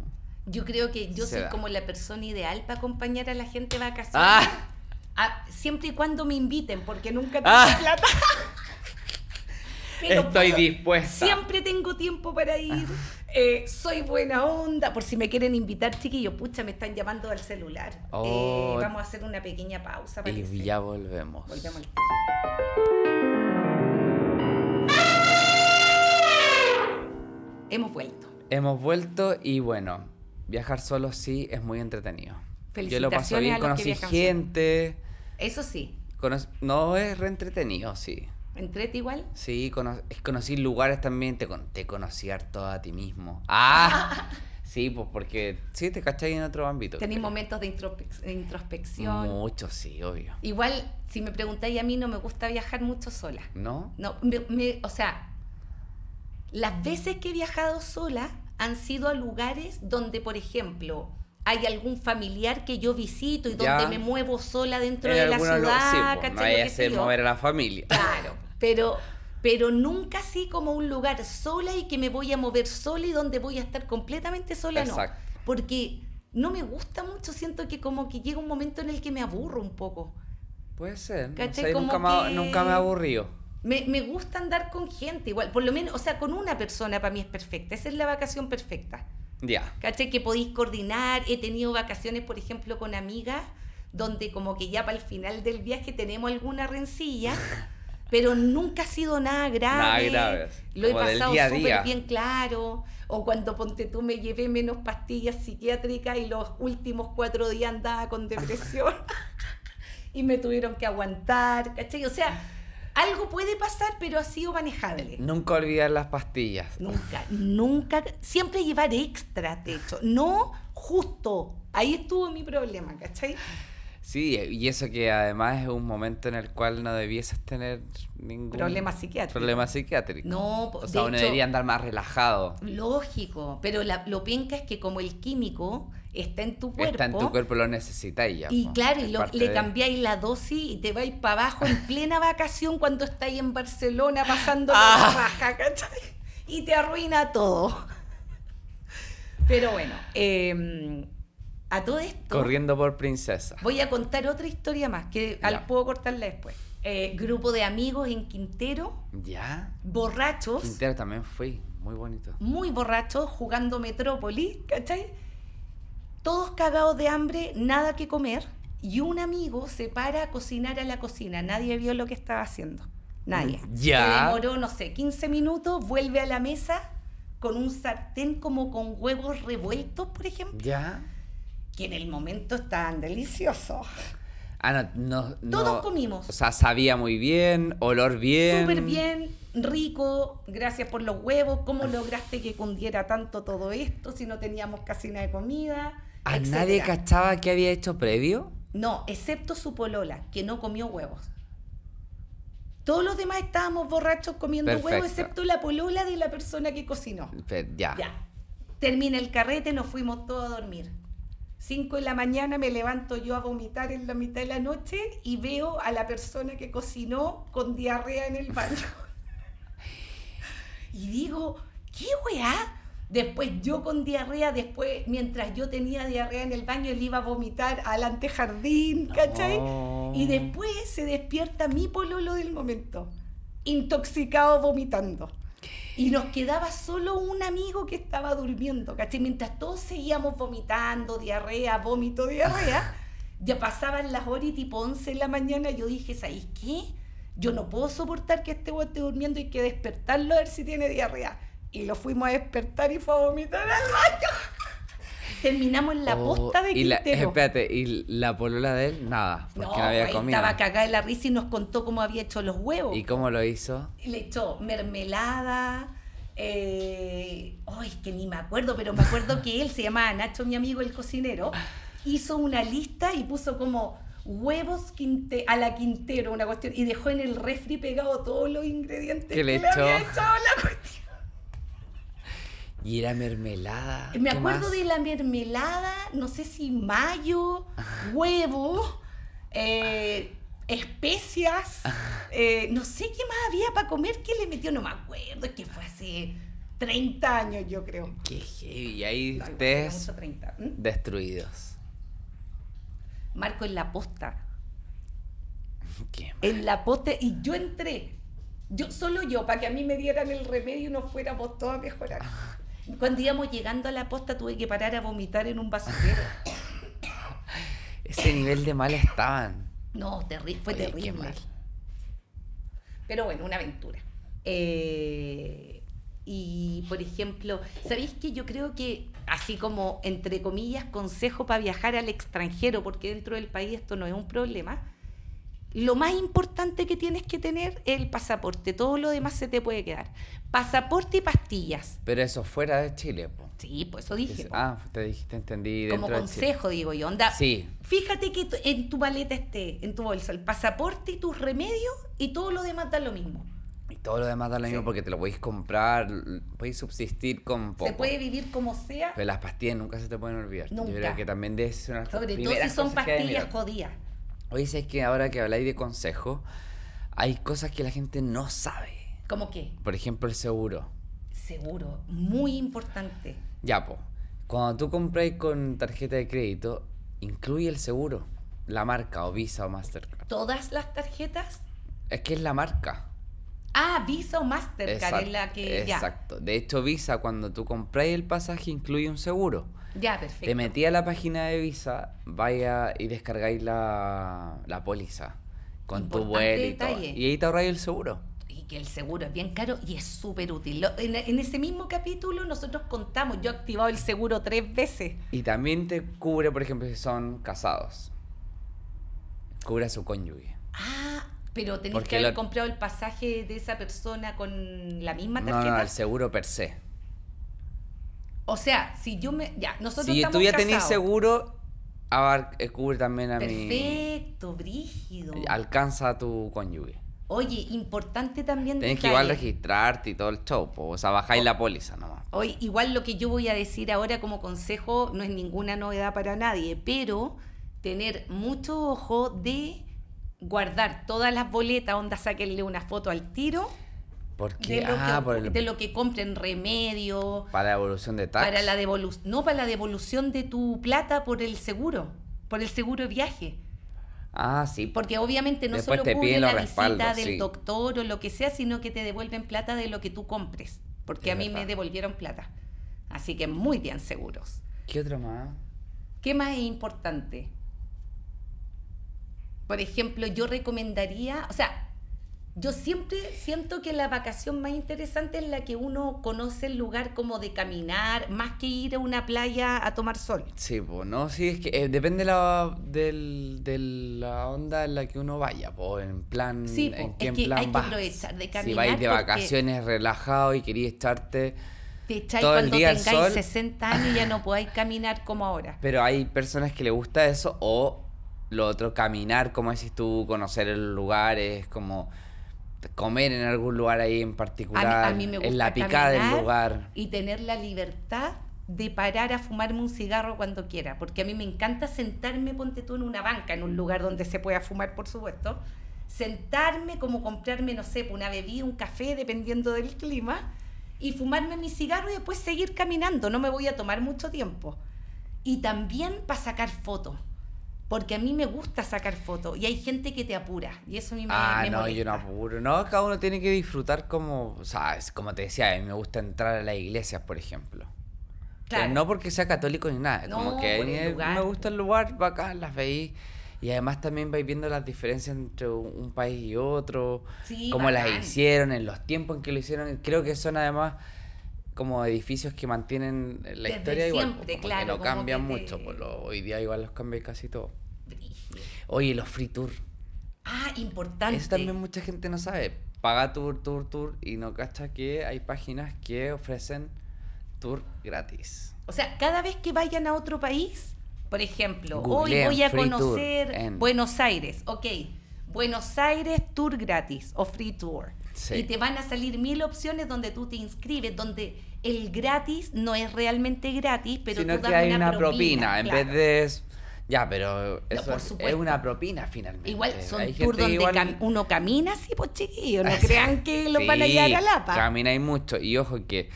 S6: Yo creo que yo
S7: Se
S6: soy
S7: da.
S6: como la persona ideal para acompañar a la gente de vacaciones.
S7: ¡Ah!
S6: Ah, siempre y cuando me inviten, porque nunca tengo
S7: ¡Ah!
S6: plata. Pero
S7: Estoy
S6: puedo-
S7: dispuesta.
S6: Siempre tengo tiempo para ir. eh, soy buena onda. Por si me quieren invitar, chiquillos, pucha, me están llamando al celular. Eh,
S7: Oh.
S6: vamos a hacer una pequeña pausa. parece.
S7: Y ya volvemos.
S6: Volvemos al- Hemos vuelto.
S7: Hemos vuelto y bueno, viajar solo sí es muy entretenido. Yo lo paso
S6: Felicitaciones
S7: bien,
S6: a los que
S7: conocí
S6: viajan
S7: gente.
S6: Eso sí,
S7: conoc- No es re entretenido, sí.
S6: entrete igual.
S7: Sí, cono- es- conocí lugares también, te, con- te conocí harto a ti mismo. ¡Ah! Sí, pues porque sí, te cachai en otro ámbito.
S6: Tenéis
S7: creo.
S6: momentos de introspec- de introspección.
S7: Mucho, sí, obvio.
S6: Igual, si me preguntáis a mí, no me gusta viajar mucho sola.
S7: ¿No?
S6: No, me- me- o sea, Las veces que he viajado sola han sido a lugares donde, por ejemplo, hay algún familiar que yo visito y donde
S7: Ya.
S6: me muevo sola dentro
S7: En
S6: de la
S7: algunos lu-
S6: ciudad,
S7: sí, po, no
S6: ¿cachai? Lo
S7: hay
S6: que sé
S7: hacer
S6: yo.
S7: mover a la familia.
S6: Claro, pero, pero nunca así como un lugar sola y que me voy a mover sola y donde voy a estar completamente sola,
S7: Exacto.
S6: no. Porque no me gusta mucho, siento que como que llega un momento en el que me aburro un poco.
S7: Puede ser. no
S6: ¿Cachai?
S7: sé,
S6: Como
S7: nunca, me, ha-
S6: que-
S7: nunca me he aburrido.
S6: Me, me gusta andar con gente igual, por lo menos, o sea, con una persona para mí es perfecta, esa es la vacación perfecta.
S7: Ya.
S6: ¿Cachai? Que podéis coordinar. He tenido vacaciones, por ejemplo, con amigas, donde como que ya para el final del viaje tenemos alguna rencilla, pero nunca ha sido nada grave.
S7: Nada grave,
S6: Lo he
S7: como del
S6: pasado
S7: día a
S6: súper
S7: día.
S6: bien claro. O cuando ponte tú me llevé menos pastillas psiquiátricas y los últimos cuatro días andaba con depresión y me tuvieron que aguantar. ¿Cachai? O sea, algo puede pasar, pero ha sido manejable.
S7: Nunca olvidar las pastillas.
S6: Nunca, nunca, siempre llevar extra, de hecho, no justo. Ahí estuvo mi problema, ¿cachai?
S7: Sí, y eso que además es un momento en el cual no debieses tener ningún
S6: Problema psiquiátrico.
S7: Problema psiquiátrico.
S6: No, po-
S7: o sea,
S6: de
S7: uno
S6: hecho-
S7: debería andar más relajado.
S6: Lógico, pero la- lo penca es que como el químico está en tu cuerpo,
S7: Está en tu cuerpo, lo necesitáis ya.
S6: y
S7: po.
S6: claro, y
S7: Es
S6: lo-
S7: parte
S6: le
S7: de-
S6: cambiáis la dosis y te vais para abajo en plena vacación cuando estáis en Barcelona pasando
S7: Ah.
S6: la raja, ¿cachai? Y te arruina todo. Pero bueno, eh, a todo esto...
S7: Corriendo por princesa.
S6: Voy a contar otra historia más, que al-
S7: Ya.
S6: puedo cortarla después. Eh, grupo de amigos en Quintero,
S7: ¿Ya?
S6: borrachos,
S7: Quintero también fui. Muy bonito.
S6: muy borrachos, jugando Metrópolis, ¿cachai? Todos cagados de hambre, nada que comer, y un amigo se para a cocinar a la cocina. Nadie vio lo que estaba haciendo. Nadie.
S7: Mm, Ya.
S6: Se demoró, no sé, 15 minutos, vuelve a la mesa con un sartén como con huevos revueltos, por ejemplo,
S7: ¿Ya?
S6: que en el momento estaban deliciosos.
S7: Ah, no, no,
S6: Todos
S7: no-
S6: comimos.
S7: O sea, sabía muy bien, olor bien.
S6: Súper bien, rico, gracias por los huevos. ¿Cómo lograste que cundiera tanto todo esto si no teníamos casi nada de comida?
S7: ¿A
S6: etcétera?
S7: nadie cachaba que había hecho previo?
S6: No, excepto su polola, que no comió huevos. Todos los demás estábamos borrachos comiendo huevos,
S7: Perfecto.
S6: excepto la polola de la persona que cocinó.
S7: Fe- Ya.
S6: Ya. Termina el carrete, nos fuimos todos a dormir. 5 de la mañana me levanto yo a vomitar en la mitad de la noche y veo a la persona que cocinó con diarrea en el baño. y digo, ¿qué weá? Después yo con diarrea, después mientras yo tenía diarrea en el baño, él iba a vomitar al antejardín, ¿cachai?
S7: No.
S6: Y después se despierta mi pololo del momento, intoxicado vomitando. Y nos quedaba solo un amigo que estaba durmiendo, ¿cachai? Mientras todos seguíamos vomitando, diarrea, vómito, diarrea, ya pasaban las horas y tipo 11 de la mañana yo dije, ¿sabéis qué? Yo no puedo soportar que este güey esté durmiendo y que despertarlo a ver si tiene diarrea. Y lo fuimos a despertar y fue a vomitar al baño. Terminamos en la
S7: Oh,
S6: posta de
S7: y la,
S6: Quintero.
S7: Espérate, ¿y la polola de él? Nada, porque
S6: no,
S7: no, había
S6: ahí
S7: comido.
S6: estaba cagada de la risa y nos contó cómo había hecho los huevos.
S7: ¿Y cómo lo hizo?
S6: le echó mermelada. Eh, ay, que ni me acuerdo, pero me acuerdo que él se llamaba Nacho, mi amigo el cocinero, hizo una lista y puso como huevos quinte- a la Quintero, una cuestión, y dejó en el refri pegado todos los ingredientes
S7: Que
S6: que
S7: le
S6: le había
S7: echó.
S6: echado a la cuestión.
S7: Y era mermelada.
S6: Me
S7: ¿qué
S6: acuerdo
S7: más?
S6: de la mermelada, no sé si mayo, huevo, eh, especias, eh, no sé qué más había para comer que le metió, no me acuerdo, es que fue hace 30 años yo creo.
S7: Qué heavy. Y ahí
S6: No, igual, era
S7: ustedes
S6: mucho 30. ¿Mm?
S7: destruidos.
S6: Marco en la posta,
S7: Qué mal.
S6: en la posta, y yo entré, yo, solo yo, para que a mí me dieran el remedio y nos fuéramos todos a mejorar. Cuando íbamos llegando a la posta tuve que parar a vomitar en un basurero.
S7: Ese nivel de mal estaban.
S6: No, terri- fue
S7: Oye, qué
S6: terrible.
S7: mal.
S6: Pero bueno, una aventura. Eh, y, por ejemplo, ¿sabéis que yo creo que, así como, entre comillas, consejo para viajar al extranjero, porque dentro del país esto no es un problema, lo más importante que tienes que tener es el pasaporte. Todo lo demás se te puede quedar. Pasaporte y pastillas.
S7: Pero eso fuera de Chile, po.
S6: Sí, pues eso dije.
S7: Es-
S6: po.
S7: Ah, te dijiste, entendí.
S6: Como
S7: dentro de Chile.
S6: consejo, digo yo. Onda,
S7: Sí.
S6: Fíjate que tu- en tu maleta esté, en tu bolsa, el pasaporte y tus remedios y todo lo demás da lo mismo.
S7: todo lo demás da lo mismo porque te lo podéis comprar, l- podéis subsistir con poco.
S6: Se puede vivir como sea,
S7: Pero las pastillas nunca se te pueden olvidar. Yo creo
S6: Nunca.
S7: que también de eso son las
S6: sobre todo si
S7: primeras
S6: son
S7: cosas que hay en mi
S6: pastillas
S7: mente.
S6: jodidas.
S7: Oye, si es que ahora que habláis de consejos, hay cosas que la gente no sabe.
S6: ¿Cómo qué?
S7: Por ejemplo, el seguro.
S6: Seguro, muy importante.
S7: Ya, po. Cuando tú compras con tarjeta de crédito, incluye el seguro. La marca, o Visa o Mastercard.
S6: Todas las tarjetas.
S7: Es que es la marca.
S6: Ah, Visa o Mastercard es la que.
S7: exacto. De hecho, Visa, cuando tú compras el pasaje, incluye un seguro.
S6: Ya, ya, perfecto.
S7: Te metí a la página de Visa, vaya y descargáis la, la póliza con tu
S6: Importante
S7: vuelo y todo.
S6: detalle.
S7: Y ahí te ahorráis el seguro.
S6: Y que el seguro es bien caro y es súper útil. Lo- En, en ese mismo capítulo nosotros contamos, yo he activado el seguro tres veces.
S7: Y también te cubre, por ejemplo, si son casados. Cubre a su cónyuge.
S6: Ah, pero tenés
S7: Porque
S6: que haber
S7: la-
S6: comprado el pasaje de esa persona con la misma
S7: No,
S6: tarjeta.
S7: no, el seguro per se.
S6: O sea, si yo me... Ya, nosotros
S7: si
S6: estamos
S7: tú ya tenés
S6: casados.
S7: seguro, abar- eh, cubre también a mi...
S6: Perfecto, brígido.
S7: Alcanza a tu cónyuge.
S6: Oye, importante también...
S7: Tenés que igual
S6: detalle. Oh.
S7: registrarte y todo el show, po. o sea, bajáis la póliza nomás.
S6: Hoy, igual lo que yo voy a decir ahora como consejo no es ninguna novedad para nadie, pero tener mucho ojo de guardar todas las boletas, onda, sáquenle una foto al tiro
S7: Porque,
S6: de lo,
S7: ah,
S6: que,
S7: por el-
S6: de lo que compren remedio,
S7: para la evolución de tax.
S6: para la devolución, no para la devolución de tu plata por el seguro, por el seguro de viaje.
S7: Ah, sí.
S6: Porque obviamente no
S7: Después
S6: solo
S7: te
S6: cubre
S7: piden
S6: la
S7: los
S6: visita
S7: respaldos,
S6: del
S7: sí.
S6: doctor o lo que sea, sino que te devuelven plata de lo que tú compres. Porque
S7: Es
S6: a mí me
S7: verdad.
S6: devolvieron plata. Así que muy bien seguros.
S7: ¿Qué otro más?
S6: ¿Qué más es importante? Por ejemplo, yo recomendaría, o sea, yo siempre siento que la vacación más interesante es la que uno conoce el lugar como de caminar, más que ir a una playa a tomar sol.
S7: Sí, pues, no, sí, es que eh, depende la, del, de la onda en la que uno vaya, po, en plan,
S6: Sí, po,
S7: en
S6: es
S7: qué
S6: que
S7: plan
S6: hay que
S7: vas.
S6: aprovechar de
S7: si
S6: caminar
S7: vais de
S6: porque-
S7: vacaciones relajado y querías echarte,
S6: Te echáis
S7: Todo el
S6: cuando
S7: día al
S6: tengáis
S7: sol.
S6: 60 años y ya no podáis caminar como ahora.
S7: pero hay personas que le gusta eso o lo otro, caminar, como decís tú, conocer el lugar, es como comer en algún lugar ahí en
S6: A mí,
S7: particular,
S6: a mí me gusta
S7: en la picada
S6: caminar
S7: del lugar.
S6: y tener la libertad de parar a fumarme un cigarro cuando quiera, porque a mí me encanta sentarme, ponte tú en una banca, en un lugar donde se pueda fumar, por supuesto, sentarme como comprarme, no sé, una bebida, un café, dependiendo del clima, y fumarme mi cigarro y después seguir caminando, no me voy a tomar mucho tiempo. Y también para sacar fotos, porque a mí me gusta sacar fotos, y hay gente que te apura, y eso a mí me,
S7: Ah,
S6: me
S7: no, yo no
S6: molesta.
S7: apuro. No, cada uno tiene que disfrutar como, o sea, es como te decía, a mí me gusta entrar a las iglesias, por ejemplo.
S6: Claro.
S7: Pero no porque sea católico ni nada,
S6: No,
S7: como que a
S6: por
S7: mí
S6: el lugar,
S7: me
S6: po.
S7: gusta el lugar, bacán, las veis. Y además también vais viendo las diferencias entre un un país y otro,
S6: Sí,
S7: cómo
S6: bacán.
S7: las hicieron, en los tiempos en que lo hicieron. Creo que son además como edificios que mantienen la
S6: Desde
S7: historia igual. po,
S6: siempre,
S7: como que
S6: claro,
S7: no
S6: como
S7: cambian
S6: que te-
S7: mucho, po, lo- hoy día igual los cambian casi todo.
S6: Brígido.
S7: Oye, los free tour.
S6: Ah, importante.
S7: Eso también mucha gente no sabe. Paga tour, tour, tour y no cacha que hay páginas que ofrecen tour gratis.
S6: O sea, cada vez que vayan a otro país, por ejemplo,
S7: Googleen
S6: hoy voy a
S7: free tour
S6: conocer
S7: en-
S6: Buenos Aires, ok. Buenos Aires Tour gratis o Free Tour.
S7: Sí.
S6: Y te van a salir mil opciones donde tú te inscribes, donde el gratis no es realmente gratis, pero
S7: Sino
S6: tú
S7: que
S6: das
S7: hay
S6: una, propina.
S7: en
S6: claro.
S7: vez de... es- Ya, pero eso
S6: por
S7: es- es
S6: supuesto.
S7: una propina finalmente.
S6: Igual son
S7: eh, Hay
S6: tours
S7: gente
S6: donde
S7: que igual-
S6: cam- uno camina así, pues chiquillo, no crean que los van a
S7: Sí,
S6: llevar a Lapa.
S7: Camináis mucho. Y ojo que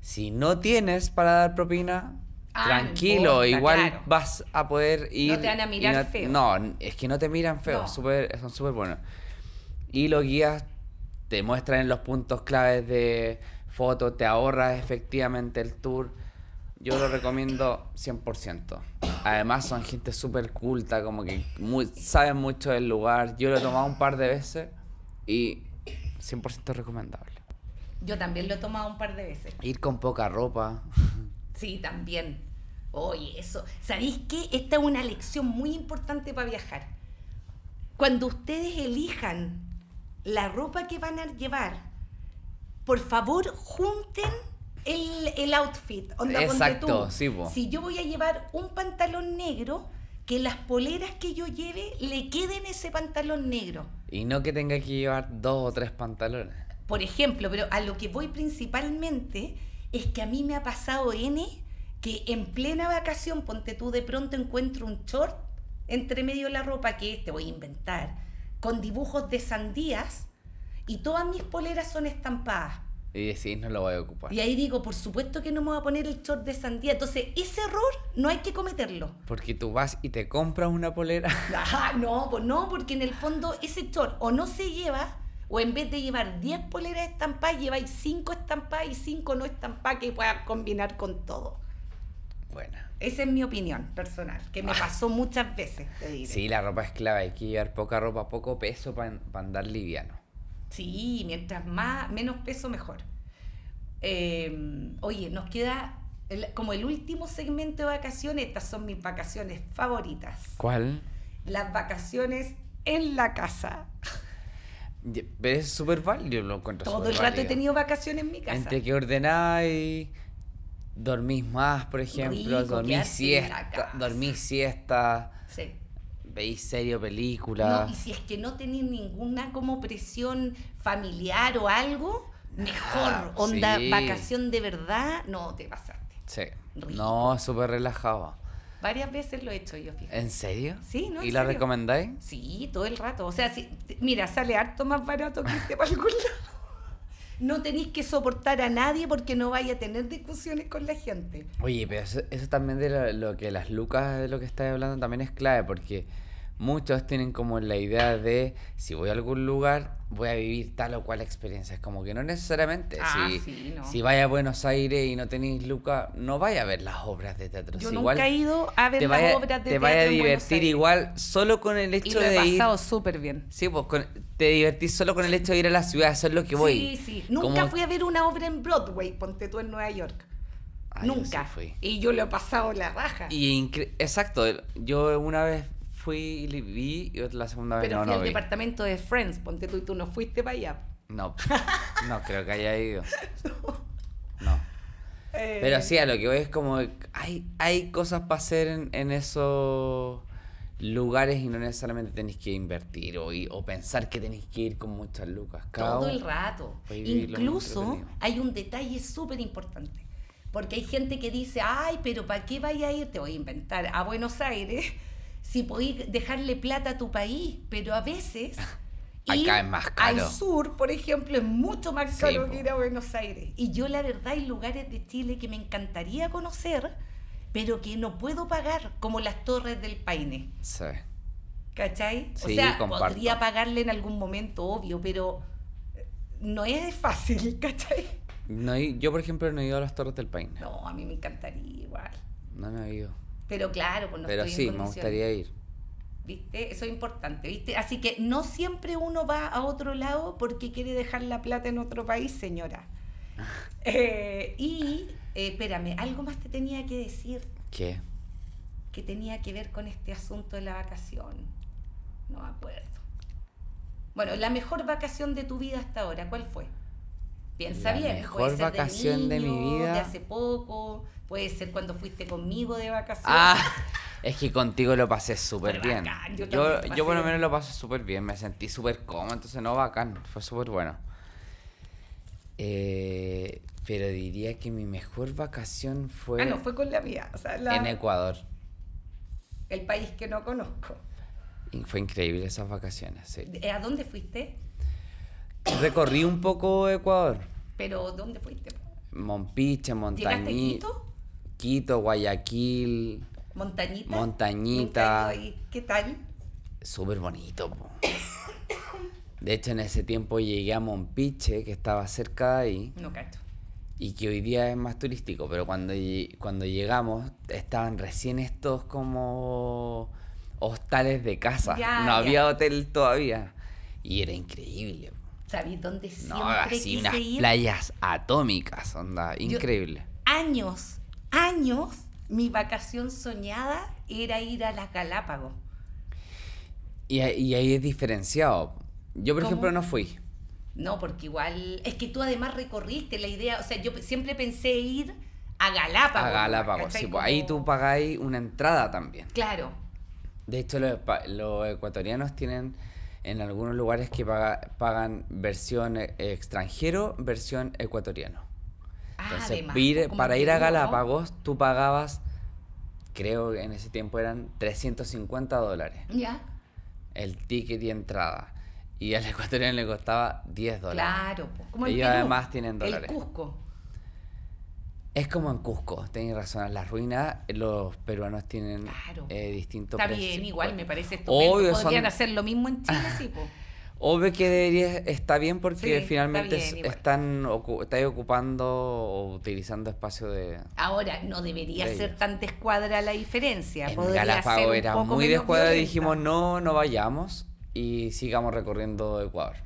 S7: si no tienes para dar propina,
S6: Ah, no
S7: tranquilo,
S6: importa,
S7: igual
S6: claro.
S7: vas a poder ir.
S6: te van a
S7: y
S6: mirar
S7: no-
S6: feo.
S7: No, es que no te miran feo,
S6: No.
S7: súper- son súper buenos. Y los guías te muestran los puntos claves de foto, te ahorras efectivamente el tour. Yo lo recomiendo 100%. Además son gente súper culta, como que muy- saben mucho del lugar. Yo lo he tomado un par de veces y 100% recomendable.
S6: Yo también lo he tomado un par de veces.
S7: Ir con poca ropa.
S6: Sí, también. Oye, eso. ¿Sabéis qué? Esta es una lección muy importante para viajar. Cuando ustedes elijan la ropa que van a llevar, por favor junten el, el outfit. Onda, ponte
S7: Exacto,
S6: tú.
S7: sí, po.
S6: Si yo voy a llevar un pantalón negro, que las poleras que yo lleve le queden ese pantalón negro.
S7: Y no que tenga que llevar dos o tres pantalones.
S6: Por ejemplo, pero a lo que voy principalmente es que a mí me ha pasado N que en plena vacación, ponte tú, de pronto encuentro un short entre medio de la ropa que te voy a inventar, con dibujos de sandías y todas mis poleras son estampadas.
S7: Y decís, no lo voy a ocupar.
S6: Y ahí digo, por supuesto que no me voy a poner el short de sandía. Entonces, ese error no hay que cometerlo.
S7: Porque tú vas y te compras una polera.
S6: Ajá, no, pues no, porque en el fondo ese short o no se lleva, o en vez de llevar 10 poleras estampadas, lleváis 5 estampadas y 5 no estampadas que pueda combinar con todo.
S7: Bueno.
S6: Esa es mi opinión personal, que me pasó muchas veces, te diré.
S7: Ah. Sí, la ropa es clave. Hay que llevar poca ropa, poco peso para andar liviano.
S6: Sí, mientras más, menos peso, mejor. Eh, oye, nos queda el- como el último segmento de vacaciones. Estas son mis vacaciones favoritas.
S7: ¿Cuál?
S6: Las vacaciones en la casa.
S7: Ye- Pero es súper válido, yo lo encuentro
S6: Todo
S7: súper
S6: el rato he
S7: válido.
S6: tenido vacaciones en mi casa.
S7: Entre que ordenáis, dormís más, por ejemplo,
S6: Rico,
S7: dormís
S6: quedarse en la
S7: siesta,
S6: casa.
S7: dormís siesta,
S6: Sí.
S7: veis serio película.
S6: No, y si es que no tenés ninguna como presión familiar o algo, mejor.
S7: Nada,
S6: Onda,
S7: Ah, sí.
S6: vacación de verdad, no te pasaste.
S7: Sí.
S6: Rico.
S7: No, súper relajado.
S6: Varias veces lo he hecho yo, fíjate.
S7: ¿En serio?
S6: Sí, no, en
S7: ¿Y la
S6: serio.
S7: recomendáis?
S6: Sí, todo el rato. O sea, si- te- mira, sale harto más barato que este para algún lado. No tenéis que soportar a nadie porque no vaya a tener discusiones con la gente.
S7: Oye, pero eso, eso también de lo, lo que las lucas de lo que estás hablando también es clave, porque muchos tienen como la idea de si voy a algún lugar voy a vivir tal o cual experiencia. Es como que no necesariamente.
S6: Ah,
S7: si,
S6: sí, no.
S7: si vaya a Buenos Aires y no tenéis lucas, no vaya a ver las obras de teatro.
S6: Yo
S7: Si
S6: nunca
S7: igual
S6: he ido a ver
S7: te
S6: las
S7: vaya,
S6: obras de
S7: te vaya a
S6: teatro en Buenos
S7: divertir
S6: Aires.
S7: igual solo con el
S6: Y
S7: hecho
S6: lo he
S7: de ir.
S6: pasado súper bien.
S7: Sí, pues con- te divertís solo con el hecho de ir a la ciudad, eso es lo que voy.
S6: Sí, sí. Nunca
S7: Como-
S6: fui a ver una obra en Broadway, ponte tú en Nueva York.
S7: Ah, yo sí
S6: Nunca.
S7: fui.
S6: Y yo lo he pasado la raja.
S7: Y incre- exacto, el- yo una vez fui y li- vi y la segunda vez
S6: Pero
S7: no,
S6: fui
S7: no
S6: al
S7: vi.
S6: departamento de Friends, ponte tú y tú no fuiste para allá.
S7: No, no creo que haya ido. No.
S6: Eh.
S7: Pero sí, a lo que voy es como hay, hay cosas para hacer en, en esos lugares y no necesariamente tenéis que invertir o, i- o pensar que tenéis que ir con muchas lucas. Cada
S6: Todo
S7: uno-
S6: el rato.
S7: Puedes vivirlo muy
S6: Incluso
S7: entretenido.
S6: hay un detalle súper importante. Porque hay gente que dice, ay, pero ¿para qué vaya a ir? Te voy a inventar a Buenos Aires si podéis dejarle plata a tu país. Pero a veces.
S7: Acá
S6: ir
S7: es más caro.
S6: Al sur, por ejemplo, es mucho más
S7: Sí,
S6: caro
S7: po.
S6: que ir a Buenos Aires. Y yo, la verdad, hay lugares de Chile que me encantaría conocer, pero que no puedo pagar, como las Torres del Paine.
S7: Sí.
S6: ¿Cachai?
S7: Sí,
S6: o sea,
S7: comparto.
S6: podría pagarle en algún momento, obvio, pero eh, no es fácil, ¿cachai?
S7: No he- yo, por ejemplo, no he ido a las Torres del Paine.
S6: No, a mí me encantaría igual.
S7: No, no he ido.
S6: Pero claro, pues no
S7: Pero
S6: estoy
S7: sí,
S6: en
S7: me
S6: condiciones,
S7: gustaría ir.
S6: ¿Viste? Eso es importante, ¿viste? Así que no siempre uno va a otro lado porque quiere dejar la plata en otro país, señora. Eh, y, eh, espérame, algo más te tenía que decir
S7: ¿Qué?
S6: que tenía que ver con este asunto de la vacación. No me acuerdo. Bueno, la mejor vacación de tu vida hasta ahora, ¿cuál fue? Piensa
S7: La
S6: bien.
S7: mejor
S6: puede ser del
S7: vacación de mi
S6: niño,
S7: vida.
S6: De hace poco, puede ser cuando fuiste conmigo de vacación.
S7: Ah, es que contigo lo pasé súper
S6: Fue
S7: bien.
S6: bacán, yo
S7: Yo,
S6: también lo
S7: yo por lo
S6: pasé.
S7: menos lo pasé súper bien, me sentí súper cómodo, entonces no bacán, fue súper bueno. Eh, pero diría que mi mejor vacación fue,
S6: Ah, no, fue con la mía. O sea, la-
S7: en Ecuador.
S6: el país que no conozco.
S7: Y fue increíble esas vacaciones. sí.
S6: ¿A dónde fuiste?
S7: Recorrí un poco Ecuador.
S6: Pero ¿dónde fuiste? ¿Llegaste
S7: Monpiche,
S6: a
S7: Montañí,
S6: Quito?
S7: Quito, Guayaquil.
S6: ¿Montañita?
S7: Montañita.
S6: Nunca he ido ahí. ¿Qué tal?
S7: Súper bonito. po. De hecho, en ese tiempo llegué a Monpiche, que estaba cerca de ahí.
S6: No cacho.
S7: y que hoy día es más turístico, pero cuando, lle- cuando llegamos estaban recién estos como hostales de casa,
S6: Ya,
S7: no
S6: ya.
S7: había hotel todavía y era increíble.
S6: ¿Sabéis dónde
S7: No,
S6: siempre
S7: así
S6: quise
S7: unas
S6: ir?
S7: playas atómicas, onda, increíble.
S6: años, años, mi vacación soñada era ir a las Galápagos.
S7: Y, a- y ahí es diferenciado. Yo, por
S6: ¿Cómo?
S7: ejemplo, no fui.
S6: No, porque igual, es que tú además recorriste la idea, o sea, yo pe- siempre pensé ir a Galápagos.
S7: A Galápagos,
S6: ¿cachai?
S7: sí, pues, ahí
S6: Como-
S7: tú pagáis una entrada también.
S6: Claro,
S7: De hecho, los, pa- los ecuatorianos tienen en algunos lugares que paga- pagan versión eh, extranjero, versión ecuatoriano.
S6: Ah,
S7: Entonces,
S6: además,
S7: vir-
S6: como
S7: para
S6: que
S7: ir a
S6: no.
S7: Galápagos, tú pagabas, creo que en ese tiempo eran 350 dólares
S6: Ya.
S7: el ticket y entrada. Y al ecuatoriano le costaba 10 dólares.
S6: Claro, po. como el
S7: Ellos
S6: Perú,
S7: además tienen
S6: El
S7: dólares.
S6: Cusco.
S7: Es como en Cusco, tenés razón, en las ruinas los peruanos tienen
S6: Claro.
S7: eh, distintos
S6: Está
S7: precios. pues.
S6: bien, igual me parece estupendo.
S7: Obvio, son-
S6: Podrían hacer lo mismo en Chile, sí, pues. po.
S7: Obvio que debería, está bien
S6: Sí,
S7: porque
S6: está
S7: finalmente
S6: bien
S7: es-
S6: igual.
S7: están ocu- estáis ocupando o utilizando espacio de...
S6: Ahora, no debería
S7: Bello.
S6: ser tan descuadra la diferencia.
S7: En
S6: Podría ser
S7: Galápagos
S6: un
S7: era
S6: poco
S7: muy
S6: menos
S7: descuadrado y
S6: violenta.
S7: dijimos no, no vayamos y sigamos recorriendo Ecuador.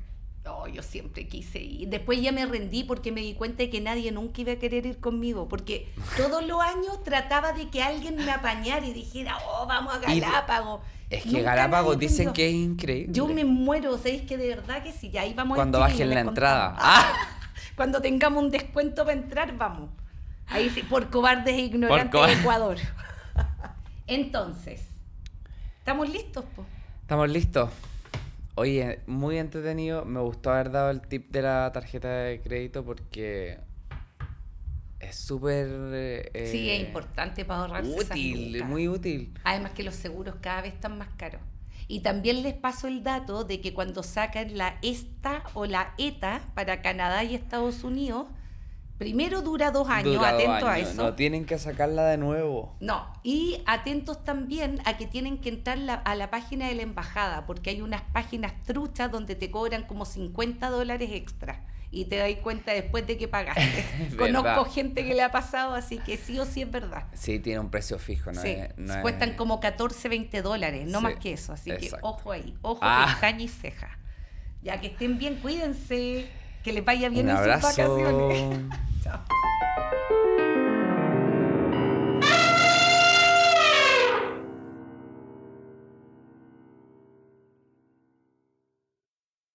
S6: No, Oh, yo siempre quise ir. Después ya me rendí porque me di cuenta de que nadie nunca iba a querer ir conmigo. Porque todos los años trataba de que alguien me apañara y dijera, oh, vamos a
S7: Y-
S6: Galápagos.
S7: Es que
S6: Nunca
S7: Galápagos
S6: nadie
S7: dicen
S6: entendió.
S7: que es increíble.
S6: Yo me muero, ¿sabéis que de verdad que si ya ahí vamos a
S7: Cuando
S6: ir,
S7: bajen
S6: chiquillos,
S7: la
S6: les
S7: entrada.
S6: contamos.
S7: ¡Ah!
S6: Cuando tengamos un descuento para entrar, vamos. Ahí sí, por cobardes e ignorantes
S7: cobar-
S6: de Ecuador. Entonces, ¿estamos listos, po?
S7: Estamos listos. Oye, muy entretenido. Me gustó haber dado el tip de la tarjeta de crédito porque es súper... eh,
S6: sí, es
S7: eh,
S6: importante para ahorrarse esas
S7: Útil,
S6: lucas.
S7: muy útil.
S6: Además que los seguros cada vez están más caros. Y también les paso el dato de que cuando sacan la ESTA o la ETA para Canadá y Estados Unidos, primero dura dos años,
S7: Dura dos
S6: atento a
S7: años.
S6: eso.
S7: No tienen que sacarla de nuevo.
S6: No, y atentos también a que tienen que entrar la- a la página de la embajada, porque hay unas páginas truchas donde te cobran como 50 dólares extra y te das cuenta después de que pagaste.
S7: Es
S6: Conozco
S7: verdad.
S6: gente que le ha pasado, así que sí o sí es verdad.
S7: Sí, tiene un precio fijo, ¿no?
S6: Sí,
S7: es- no es-
S6: cuestan como 14, 20 dólares, no
S7: Sí,
S6: más que eso, así que
S7: exacto.
S6: ojo ahí, ojo,
S7: Ah.
S6: pestaña y ceja. Ya que estén bien, cuídense, que les vaya bien
S7: Un
S6: en sus
S7: abrazo.
S6: vacaciones.